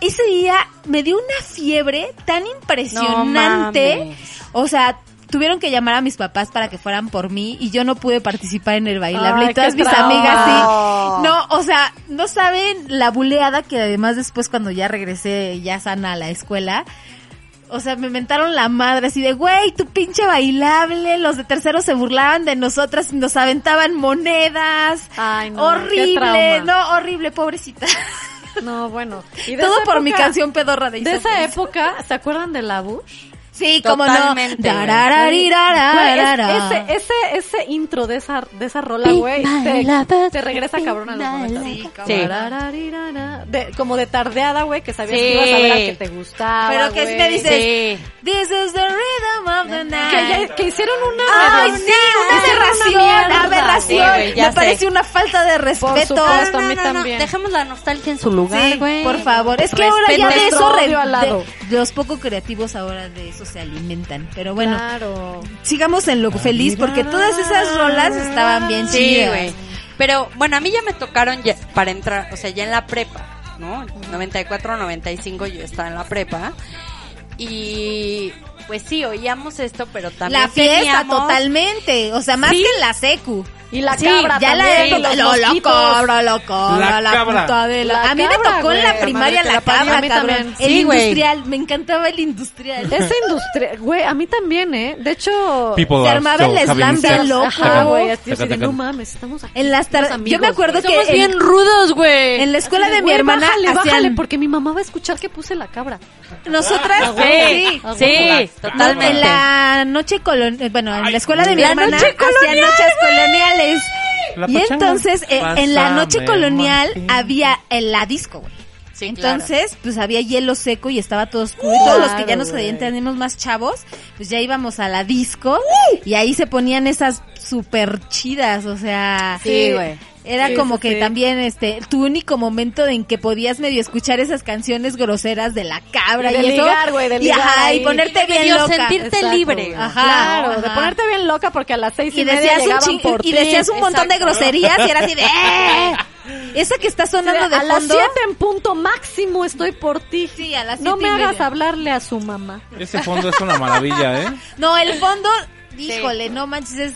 Ese día me dio una fiebre tan impresionante. mames. o sea, tuvieron que llamar a mis papás para que fueran por mí y yo no pude participar en el bailable Ay, y todas qué mis trauma. amigas sí. No, o sea, no saben la buleada que además después cuando ya regresé ya sana a la escuela. O sea, me inventaron la madre así de, güey, tu pinche bailable. Los de terceros se burlaban de nosotras y nos aventaban monedas. Ay, no, qué horrible, trauma. no, horrible, pobrecita. No, bueno. Y de Todo esa por mi época- canción pedorra de De Ace of Base. esa época, ¿se acuerdan de la Bush? Sí, como no. Totalmente, güey. Güey, es- Darararirara. ese, ese, ese intro de esa, de esa rola, güey, te, te regresa cabrón a los momentos. Sí, como- Sí. Tarararirara. De- como de tardeada, güey, que sabías Sí. que ibas a ver al que te gustaba. Pero que si güey. me dices, Sí. This is the rhythm of the Que, night. ya- que hicieron una. Ay, reunión. sí, una aberración, Hicieron una mierda, aberración. Sí, güey, ya me sé. parece una falta de respeto. supuesto, Ah, a mí también. Dejemos la nostalgia en su lugar, sí, güey. por favor. Es que ahora ya de Respeten eso nuestro re- odio al lado. de- los poco creativos ahora de eso se alimentan. Pero bueno, Claro. sigamos en lo feliz porque todas esas rolas estaban bien Sí, chidas. güey. Pero bueno, a mí ya me tocaron ya- para entrar, o sea, ya en la prepa, ¿no? 94, 95 yo estaba en la prepa. Y pues sí, oíamos esto, pero también La fiesta teníamos- totalmente, o sea, más Sí. que en la secu. Y la Sí, cabra Ya la también, época, los lo, lo mosquitos. cobra, lo cobra, La la, cabra. puta de la- La A mí me cabra, tocó en la güey, primaria madre que la la parió, cabra, a mí cabrón. también. El Sí, güey. industrial, me encantaba el industrial. Esa industria, güey, a mí también, ¿eh? De hecho, People Se are armaba so el having slam sex. bien loco. Ajá, güey, yo Taca, así de, taca. no mames, estamos aquí. En las tar- somos Yo me amigos, acuerdo que Somos en, bien rudos, güey. en la escuela de mi Güey, hermana bájale, hacían- bájale, porque mi mamá va a escuchar que puse la cabra. nosotras Ah, Sí, sí. pues sí, Totalmente. En totalmente. la noche colonial, eh, bueno, en la escuela de mi La hermana noche hacían noches coloniales. bares. La y pachanga. entonces eh, en la noche Pásame, colonial Martín. había el la disco, güey. Sí, Entonces, pues había hielo seco y estaba todo oscuro. y todos los que ya Claro, nos creían güey. tenemos más chavos, pues ya íbamos a la disco y ahí se ponían esas super chidas, o sea, Sí, güey. era Sí, como sí, que sí. también este tu único momento en que podías medio escuchar esas canciones groseras de la cabra Y y, de eso, ligar, güey, de y, ajá, ligar y ahí. ponerte Y de bien medio loca. sentir- Irte libre. güey. Ajá, claro, de ajá. ponerte bien loca porque a las seis y, y media decías un llegaban chin- por y ti. decías un montón de Exacto. groserías y era así de "Eh". esa que está sonando de a las fondo. siete en punto máximo estoy por ti. Sí, a las No siete me y hagas media. hablarle a su mamá. Ese fondo es una maravilla, ¿eh? No, el fondo, híjole, no manches, es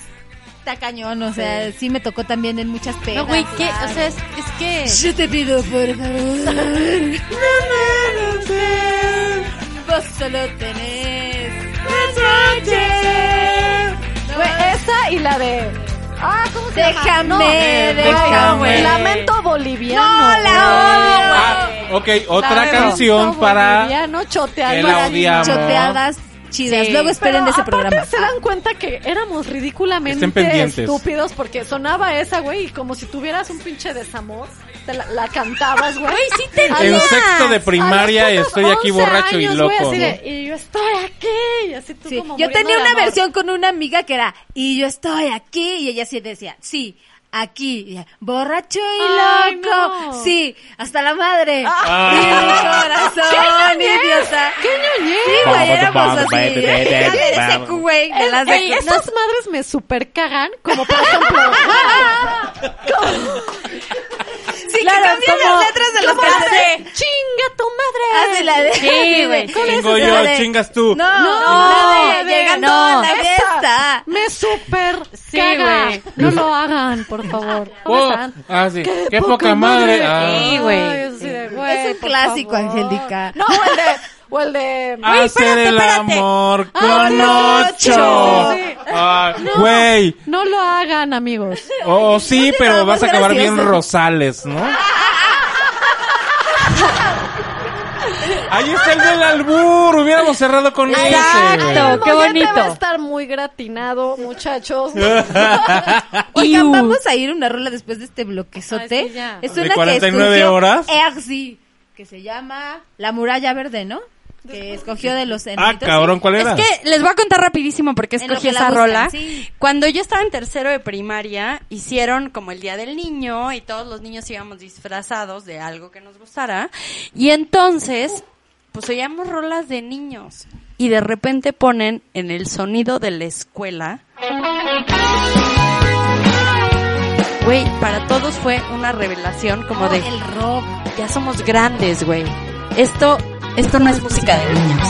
está cañón, o sea, sí me tocó también en muchas penas. No, güey, Pues ¿qué? O sea, es, es que... yo te pido por favor. Vos solo tenés Güey, esa y la de. Ah, ¿cómo se llama? Déjame, No, eh, déjame. güey, Lamento boliviano. No, la güey. Ah, ok, otra Lamento canción para... Boliviano, choteando. que la Pero odiamos. choteadas chidas. Sí. Luego esperen de ese aparte programa. Ah. se dan cuenta que éramos Estén ridículamente pendientes. estúpidos porque sonaba esa, güey, y como si tuvieras un pinche desamor, te la, la cantabas, güey. Güey, sí te A En los- sexto de a los primaria putos estoy aquí 11 borracho y años, güey, loco, así de, ¿no? y yo estoy aquí, y así tú Sí, como Yo muriendo tenía de una amor. versión con una amiga que era, y yo estoy aquí, y ella sí decía, sí, aquí, y ella, borracho y Ay, loco, no. sí, hasta la madre, Ah. y mi corazón, idiota. ¡Qué ñoñez! Sí, güey, Vamos, éramos vamos, así. vete, vete, Ya vete, de ese vamos. cu, güey, de Es- las ey, de- estas madres me super cagan, como por ejemplo. Sí, claro, que cambian como- las letras de las como la de, canciones. ¡Chinga tu madre! Así la de... Sí, güey. ¿Cómo es Chingo esa? yo, La de- chingas tú. No, No, la no, de llegando no. a la Esa fiesta. Me super Sí, caga. güey. No lo hagan, por favor. Oh, ah, sí. Qué, poca madre. Ah. Sí, güey. Ay, yo sí de, güey, Es un por clásico, Ah, favor. Angélica. No, o el de. O el de. Hacer el Ah, amor con no, ocho. sí, sí. Ah, No. Güey. No lo hagan, amigos. Oh, sí, pero vamos vas a acabar bien gracioso. Rosales, ¿no? Ahí está el del albur, hubiéramos cerrado con ese. Exacto. güey. El qué mollete bonito. va a estar muy gratinado, muchachos. Oigan, Iu. vamos a ir una rola después de este bloquezote. Ay, sí, ya. es ¿De una 49 que escogió horas? Erzi, que se llama La Muralla Verde, ¿no? Que escogió de los Ah, enanitos. cabrón, ¿cuál era? Es que les voy a contar rapidísimo porque En lo escogí que la esa buscan, rola. sí. Cuando yo estaba en tercero de primaria, hicieron como el Día del Niño y todos los niños íbamos disfrazados de algo que nos gustara. Y entonces, pues oíamos rolas de niños. Y de repente ponen en el sonido de la escuela. Güey, para todos fue una revelación como de, El rock. ya somos grandes, güey. Esto, esto no es música de niños.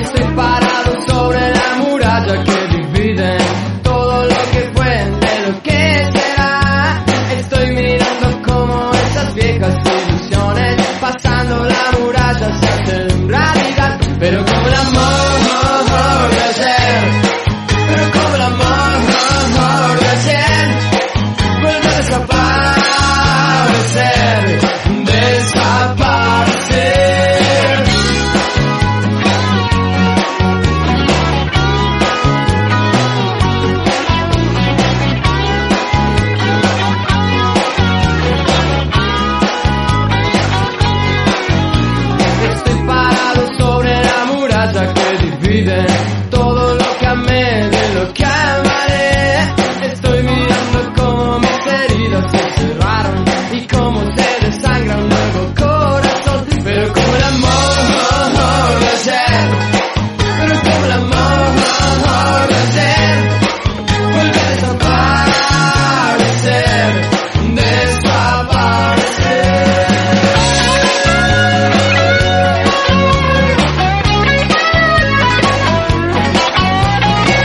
Estoy parado sobre la muralla que divide todo lo que fue de lo que será. Estoy mirando como esas viejas ilusiones pasando la muralla se hacen realidad. Pero como el amor de ayer, pero como el amor de ayer vuelve a desaparecer, desaparecer. Estoy parado sobre la muralla que divide todo lo que amé de lo que amaré. Estoy mirando cómo mis heridas se cerraron y cómo se desangra un nuevo corazón. Pero como el amor de ayer, pero como el amor de ayer, vuelve a desaparecer, desaparecer. Thank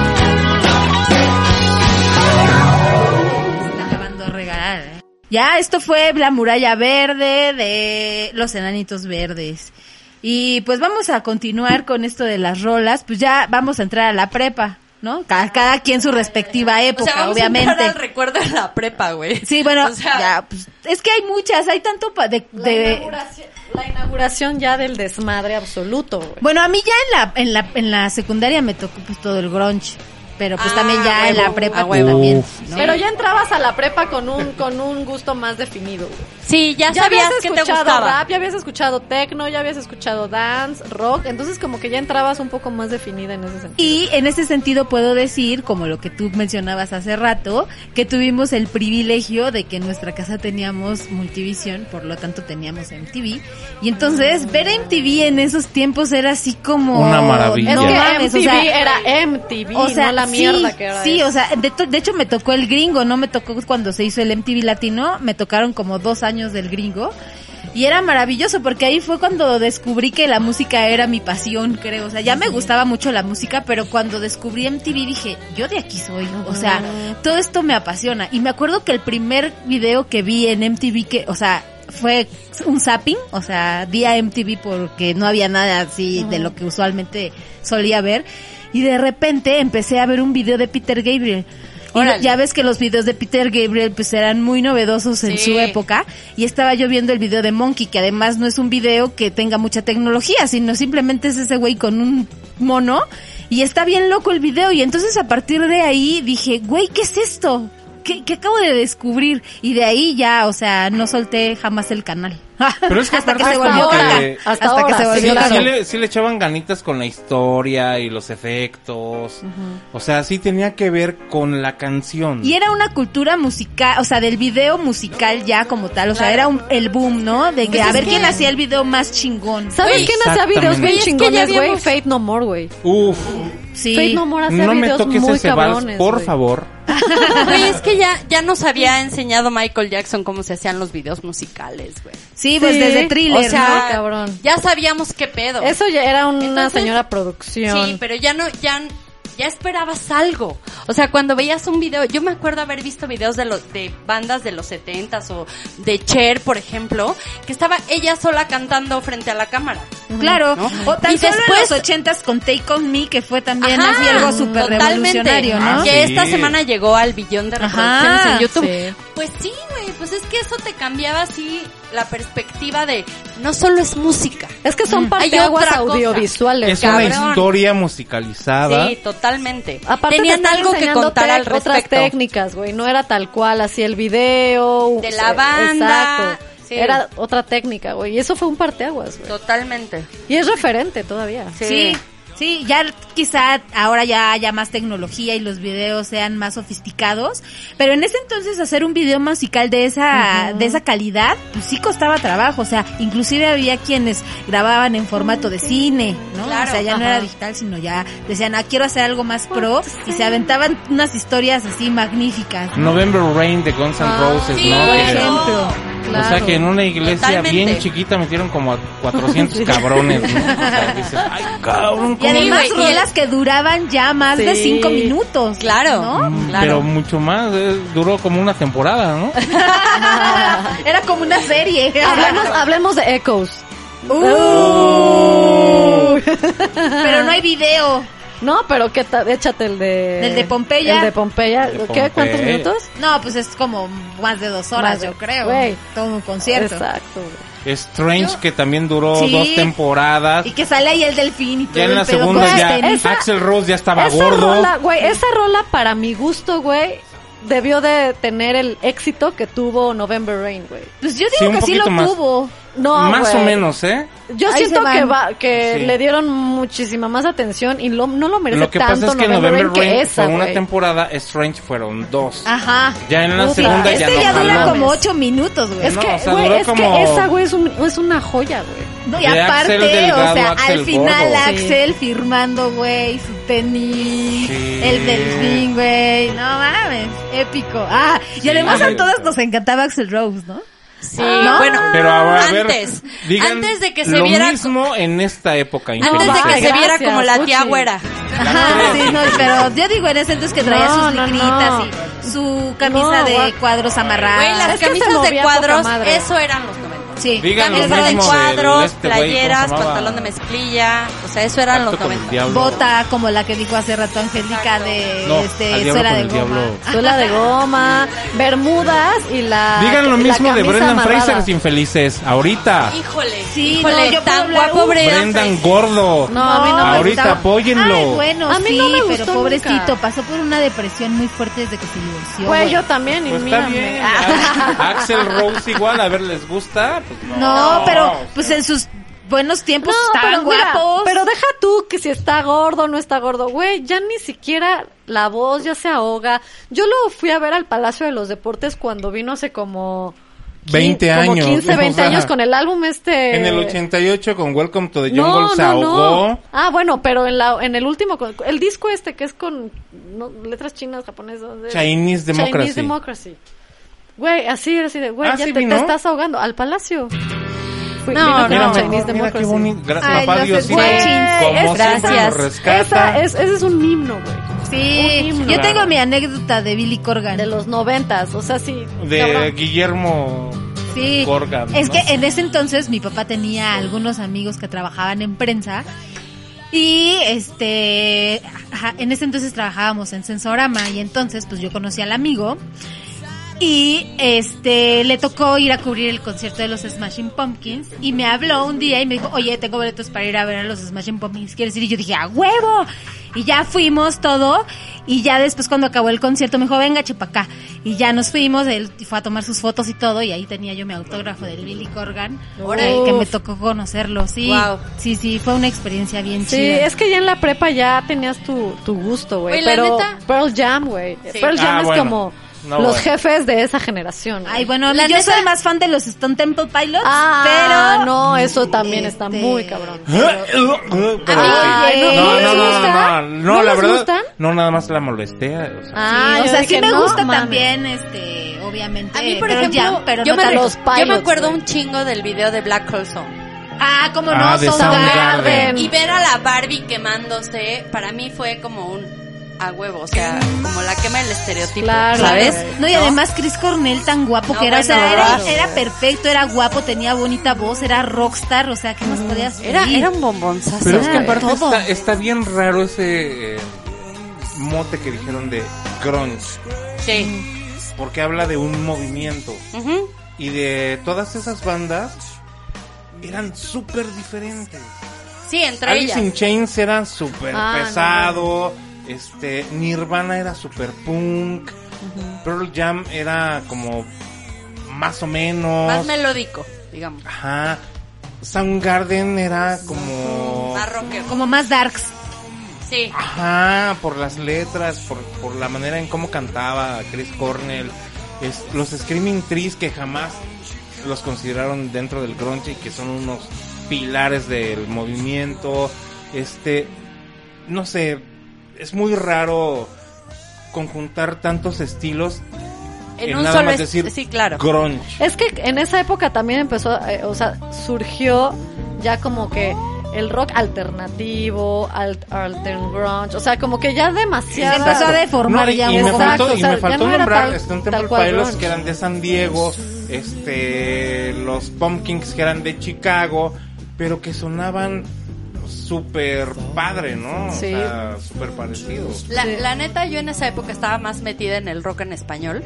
¿eh? Ya, esto fue La Muralla Verde de Los Enanitos Verdes. Y pues vamos a continuar con esto de las rolas. Pues ya vamos a entrar a la prepa, ¿no? Cada, cada quien su respectiva época, o sea, vamos obviamente. a entrar al recuerdo de la prepa, güey. Sí, bueno, O sea, ya, pues, es que hay muchas, hay tanto pa- de... La, de- inauguración, la inauguración ya del desmadre absoluto, güey. Bueno, a mí ya en la, en la, en la secundaria me tocó pues todo el grunge, pero pues Ah, también ya en la huevo, prepa a pues, huevo. también. Uf. ¿no? Pero ya entrabas a la prepa con un con un gusto más definido. güey. Sí, ya, Ya sabías habías que te escuchado gustaba. rap, ya habías escuchado techno, ya habías escuchado dance, rock, entonces como que ya entrabas un poco más definida en ese sentido. Y en ese sentido puedo decir, como lo que tú mencionabas hace rato, que tuvimos el privilegio de que en nuestra casa teníamos multivisión, por lo tanto teníamos MTV. Y entonces ver MTV en esos tiempos era así como... Una maravilla. es No que mames, MTV o sea, era MTV, o sea, no la sí, mierda que era. Sí, esa. o sea, de, to- de hecho me tocó el gringo, no me tocó cuando se hizo el MTV Latino, me tocaron como dos años del gringo. Y era maravilloso porque ahí fue cuando descubrí que la música era mi pasión, creo. O sea, ya me gustaba mucho la música, pero cuando descubrí MTV dije, yo de aquí soy. O sea, todo esto me apasiona. Y me acuerdo que el primer video que vi en MTV que, o sea, fue un zapping, o sea, vi a MTV porque no había nada así de lo que usualmente solía ver. Y de repente empecé a ver un video de Peter Gabriel. Y Órale. ya ves que los videos de Peter Gabriel pues eran muy novedosos en Sí. su época y estaba yo viendo el video de Monkey que además no es un video que tenga mucha tecnología sino simplemente es ese güey con un mono y está bien loco el video y entonces a partir de ahí dije güey qué es esto ¿Qué, qué acabo de descubrir y de ahí ya o sea no solté jamás el canal Pero es que hasta que aparte se como volvió que- caca hasta hasta, que se ahora, sí, Sí, volvió claro. caca sí le, sí le echaban ganitas con la historia y los efectos. O sea, sí tenía que ver con la canción. Y era una cultura musical, o sea, del video musical ya como tal, o sea, era un- el boom, ¿no? De que Pues a es ver que- quién hacía el video más chingón. ¿Sabes Güey, quién hacía videos exactamente. bien Güey, es que ya chingones, güey? habíamos- Fate No More, güey. Uf, Fate Sí. No More hacía no me videos toques muy ese vals, cabrones. por güey. favor. Güey, es que ya, ya nos había enseñado Michael Jackson cómo se hacían los videos musicales, güey. Sí, pues Sí. desde O thriller, sea, ¿no? cabrón. Ya sabíamos qué pedo. Eso ya era una Entonces- señora producción. Sí, pero ya no, ya, ya esperabas algo. O sea, cuando veías un video, yo me acuerdo haber visto videos de los, de bandas de los setentas o de Cher, por ejemplo, que estaba ella sola cantando frente a la cámara. Claro. O tan Y solo después- en los ochentas con Take On Me, que fue también Ajá, así algo súper totalmente. revolucionario, ¿no? Ah, sí. Que esta semana llegó al billón de reproducciones Ajá, en YouTube. sí. Pues sí, güey, pues es que eso te cambiaba así la perspectiva de no solo es música. Es que son Mm. Hay parteaguas otra cosa. audiovisuales. Es cabrón. una cabrón. historia musicalizada. Sí, totalmente. Aparte te Tenían están algo que enseñando contar tec- al otras respecto. técnicas, güey. No era tal cual así el video. De la eh, banda, Exacto. sí. Era otra técnica, güey. Y eso fue un parteaguas, güey. Totalmente. Y es referente todavía. Sí, sí, ya quizá ahora ya haya más tecnología y los videos sean más sofisticados, pero en ese entonces hacer un video musical de esa de esa calidad, pues sí costaba trabajo, o sea, inclusive había quienes grababan en formato de cine, ¿no? Claro, o sea, ya no era ajá. Pues digital, sino ya decían, "Ah, quiero hacer algo más pro" y se aventaban unas historias así magníficas. November Rain de Guns N' Roses, sí, ¿no? por Que- ejemplo. O sea que en una iglesia Totalmente. bien chiquita metieron como a 400 cabrones, ¿no? O sea, dices, ay, cabrón, Y ¿cómo?". además güey, y el- rolas que duraban ya más de Sí. cinco minutos. Claro, ¿no? Pero claro. mucho más, eh, duró como una temporada, ¿no? Era como una serie. Hablemos, hablemos de Echoes. Uh. Pero no hay video. No, pero qué ta- échate el de... ¿El de Pompeya? El de Pompeya. El de ¿Qué? ¿Cuántos Pompeya. minutos? No, pues es como más de dos horas, Más de- yo creo. güey. Todo un concierto. Exacto, güey. Strange, que también duró Sí. dos temporadas. Y que sale ahí el delfín y todo Ya en el la pedo segunda con ya los tenis. Esa- Axel Rose ya estaba esa gordo. rola, güey, esa rola para mi gusto, güey, debió de tener el éxito que tuvo November Rain, güey. Pues yo Sí, digo un que sí poquito lo más. tuvo. No, más o güey. menos, ¿eh? Yo Ahí siento se van. que va, que Sí. le dieron muchísima más atención y lo- no lo merece Lo que tanto pasa es que November Rain que Rain esa, fue una güey. temporada, Strange fueron dos. Ajá. Ya en la Puta, segunda Ah. este ya ya, no dura jaló. como ocho minutos, güey. Es No, que, o sea, güey, duró es como- que esa, güey, es, un- es una joya, güey. No, y de aparte, Axel Delgado, o sea, Axel al final Gordo. Axel firmando, güey, su tenis, Sí. el delfín, güey. No mames, épico. Ah, y Sí. además a Sí. todos nos encantaba Axel Rose, ¿no? Sí, Ah, bueno, Pero ahora, a ver, antes, digan antes de que se lo viera mismo en esta época, Antes de infelices. que se Gracias, viera como la tía Uchi. güera. Ajá, sí, no, pero yo digo en ese entonces que traía No, sus no, licritas no. y su camisa No, de guac- cuadros amarradas. Güey, las Ah, Es que se camisas de movía poca cuadros, madre. eso eran los 90. Sí. Digan lo Camisas de mismo del cuadros, este güey, ¿cómo se playeras, llamaba? pantalón de mezclilla, o sea, eso eran los Pacto con el 90. diablo. Bota, como la que dijo hace rato Angélica de No, al este, diablo suela con de el goma. Ah, diablo. Suela de goma, bermudas y la. Digan lo la mismo de camisa Brendan amarrada. Fraser sin felices. Ahorita. Híjole, Sí, híjole, no, yo puedo tan hablar- guapo Uf, Brendan Brendan Fraser. Gordo. No, a mí no me Ahorita gustaba. apóyenlo. Ay, bueno, A mí sí, no me gustó pero pobrecito, nunca. pasó por una depresión muy fuerte desde que se divorció. Güey, güey. yo también, y Pues está mírame. bien. Ah, A- Axel Rose igual, a ver, ¿les gusta? Pues No, pero o pues sea, en sus buenos tiempos No, pero Pues estaban mira, guapos. pero deja tú que si está gordo o no está gordo. Güey, ya ni siquiera la voz ya se ahoga. Yo lo fui a ver al Palacio de los Deportes cuando vino hace como... quin- 20 como años, 15, 20 o sea, años con el álbum este... En el 88 con Welcome to the No, Jungle no, se no. ahogó. Ah, bueno, pero en, la, en el último, con- el disco este que es con no, letras chinas, japonesas. ¿dónde es? Chinese Democracy. Chinese Democracy. Güey, así, así de, güey, Ah, ya sí te, te vino. estás ahogando al palacio. Fui- No, vino Mira, no. con mejor, Chinese mira qué Democracy. bonito. Gracias, Ay, papá los Diosito. guachins. Como Gracias. siempre nos Esa, rescata. es, ese es un himno, güey. sí, Un himno. yo tengo Claro. mi anécdota de Billy Corgan. Oh, De los noventas, o sea, sí. De cabrón. Guillermo Sí. Corgan. Es ¿no? que en ese entonces mi papá tenía algunos amigos que trabajaban en prensa y este ajá, en ese entonces trabajábamos en Sensorama y entonces pues yo conocí al amigo y este le tocó ir a cubrir el concierto de los Smashing Pumpkins y me habló un día y me dijo, "Oye, tengo boletos para ir a ver a los Smashing Pumpkins, ¿quieres ir?" Y yo dije, "A huevo." Y ya fuimos todo y ya después cuando acabó el concierto me dijo, "Venga, chepa acá." Y ya nos fuimos, él fue a tomar sus fotos y todo y ahí tenía yo mi autógrafo del Billy Corgan, Órale. que me tocó conocerlo, sí. Guau. Sí, sí, fue una experiencia bien Sí, chida. es que ya en la prepa ya tenías tu, tu gusto, güey. Güey, la Pero neta- Pearl Jam, güey. Sí. Pearl Jam Ah, es bueno. como No, los bueno. jefes de esa generación. güey. Ay, bueno, La yo neta- soy más fan de los Stone Temple Pilots, Ah, pero no, eso también está Este- muy cabrón. Ah, Pero Ay, sí. no, no, ¿no no, les no, no, gusta? no, ¿No la les verdad, gustan? no, nada más la molesté. o sea, Ah, Sí, o yo sea, sí dije, me no, gusta mames. también, este, obviamente. A mí, por Pearl ejemplo, Jam, pero yo, no me, tan- los yo me pilots, acuerdo güey. un chingo del video de Black Hole Zone. Ah, cómo no, Ah, de Soundgarden. Y ver a la Barbie quemándose, para mí fue como un a huevo, o sea, como la quema del estereotipo, Claro. ¿sabes? No, y además Chris Cornell tan guapo No, que era, o sea, bueno, era, claro. era perfecto, era guapo, tenía bonita voz, era rockstar, o sea, ¿qué más podías Era, pedir? era un bombonzazo. Pero es que güey. aparte todo. está, está bien raro ese eh, mote que dijeron de grunge, Sí. porque habla de un movimiento Ujú. y de todas esas bandas eran súper diferentes. Sí, entre Alice ellas. in Chains era súper Ah, no. pesado, este Nirvana era súper punk, Pearl Jam era como más o menos, Más melódico, digamos. ajá, Soundgarden era como Más rockero. como más darks. Sí. Ajá, por las letras, por, por la manera en cómo cantaba Chris Cornell. Es- los Screaming Trees que jamás los consideraron dentro del grunge y que son unos pilares del movimiento. Este, no sé, es muy raro conjuntar tantos estilos En y un nada solo más es- decir sí, claro. grunge. Es que en esa época también empezó, eh, o sea, surgió ya como que el rock alternativo, alt, altern grunge, o sea, como que ya demasiado. Se empezó a Exacto. deformar No, y- ya y un me poco. faltó, Exacto, y o sea, me ya faltó no era nombrar este, tal- Stone tal Temple cual Pilots grunge. que eran de San Diego, este, los Pumpkins que eran de Chicago, pero que sonaban súper padre, ¿no? Sí. O sea, súper parecidos. La, la neta, yo en esa época estaba más metida en el rock en español.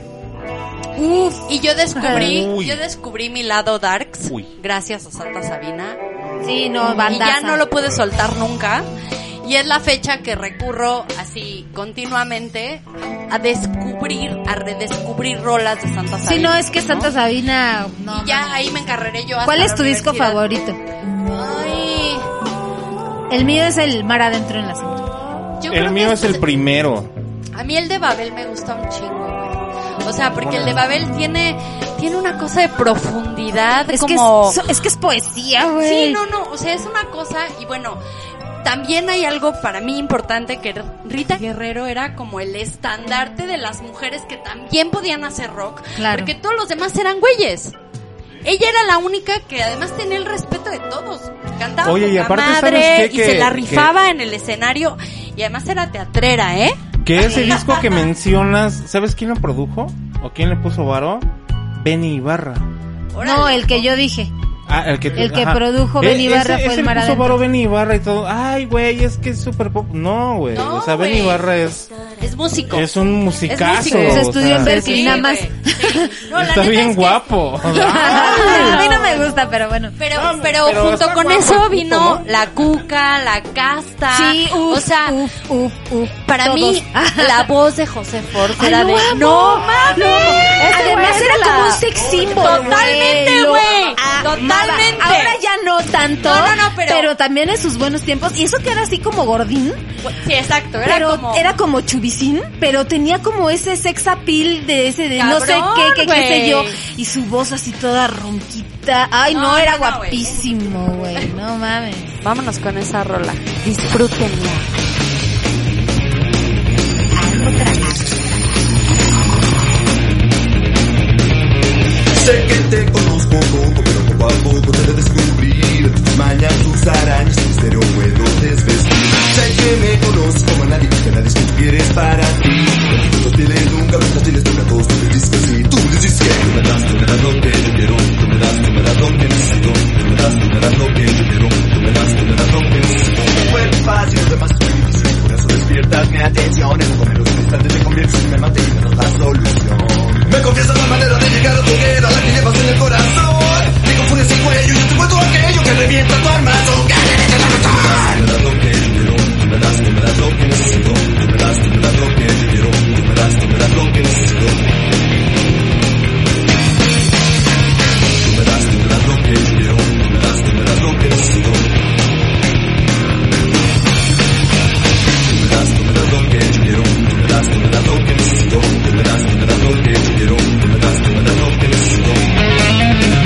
Uf, y yo descubrí, Uy. yo descubrí mi lado darks Uy. gracias a Santa Sabina Sí, no, y ya bandaza. no lo pude soltar nunca. Y es la fecha que recurro así continuamente a descubrir, a redescubrir rolas de Santa Sabina. Sí, no, es que Santa ¿no? Sabina, no. Y ya ahí me encarreré yo. hasta ¿Cuál la es tu disco universidad. favorito? Ay, El mío es el Mar Adentro en la Sombra. yo El creo que este mío es el primero. A mí el de Babel me gusta un chingo, güey. O sea, porque el de Babel tiene, tiene una cosa de profundidad, Es, como... que es, es que es poesía, güey. sí, no, no, o sea, es una cosa, y bueno, también hay algo para mí importante, que Rita Guerrero era como el estandarte de las mujeres que también podían hacer rock, Claro. porque todos los demás eran güeyes. Ella era la única que además tenía el respeto de todos. Cantaba Oye, y poca aparte, madre ¿sabes qué? y se Que- la que- rifaba en el escenario y además era teatrera, ¿eh? Que ese disco que mencionas, ¿sabes quién lo produjo? ¿O quién le puso varo? Benny Ibarra. No, el que yo dije. Ah, el que, El que produjo Benny Eh, Ibarra ese- fue ese el le Mar puso Adentro. varo Benny Ibarra y todo. Ay, güey, es que es super pop. No, güey. No, o sea, Benny güey. Ibarra es, Es músico. es un musicazo. músico, se o estudió sea, en Berkeley, nada más. güey. Sí. No, la Está neta bien es que- guapo. A mí no me gusta, pero bueno. Pero, No, pero, pero junto está con guapo el eso puto, vino ¿no? la cuca, la casta. Sí, uf, Ah, o sea, uf, uf, uf. para todos. Ah, mí la voz de José Ford era lo de amo! no mames. Además era como un sex symbol. Oh, Totalmente, Lo güey. Totalmente. amaba. Ahora ya no tanto. No, no, no, pero- también en sus buenos tiempos. Y eso que era así como gordín. Sí, exacto, era pero como era como chubicín. Pero tenía como ese sex appeal de ese de no sé Cabrón, qué, qué, qué sé güey. yo. Y su voz así toda ronquita. Ay, no, No, era no, no, güey. guapísimo, güey. No mames. Vámonos con esa rola. Disfrútenla. Sé que te conozco poco, pero poco a poco te he de descubrir. Mañas tus arañas, tu misterio puedo desvestir. Sé que me conozco como a nadie, que nadie es que tú quieres para ti. No tienes nunca, no tienes nunca, todos tú me dices que sí. Tú me dices que tú me das, tú me das lo que yo quiero. Tú me das, tú me das lo que necesito. Tú me das, tú me das lo que yo quiero. Tú me das, tú me das lo que necesito. Fue fácil, lo demás fue difícil. Por eso despiertas mi atención. En comer los instantes te conviertes en mi amante y me das la solución. Me confiesas la manera de llegar a tu hoguera, la que llevas en el corazón. Te confundes el cuello y yo te encuentro aquello que revienta tu armazón. Tú me das lo que yo quiero, tú me das, tú me das lo que necesito. Tú me das, tú me das lo que yo quiero, tú me das, tú me das lo que necesito. Tú me das, tú me das lo que yo quiero, tú me das, tú me das lo que necesito. Tú me das, tú me das lo que yo quiero, tú me das, tú me das lo que necesito. Tú me das, tú me das lo que yo quiero, tú me das, tú me das lo que necesito.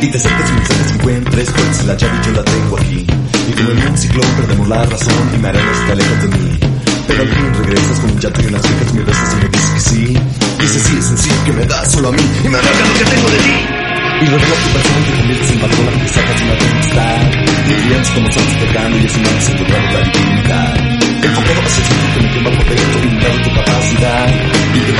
Y te acercas y me enseñas que encuentres cuál es la llave y yo la tengo aquí. Y como en un ciclón perdemos la razón y me haremos te lejos de mí. Pero al fin regresas con un llanto y unas chicas me besas y me dices que sí. Dices sí, es sencillo que me das solo a mí y me arranca lo que tengo de ti. Y revela tu persona y te conviertes en patrona que sacas una tempestad. Y días como estamos pecando y así me has encontrado la divinidad. Enfocado hacia el futuro que me quema por dentro, limitado tu capacidad. Y yo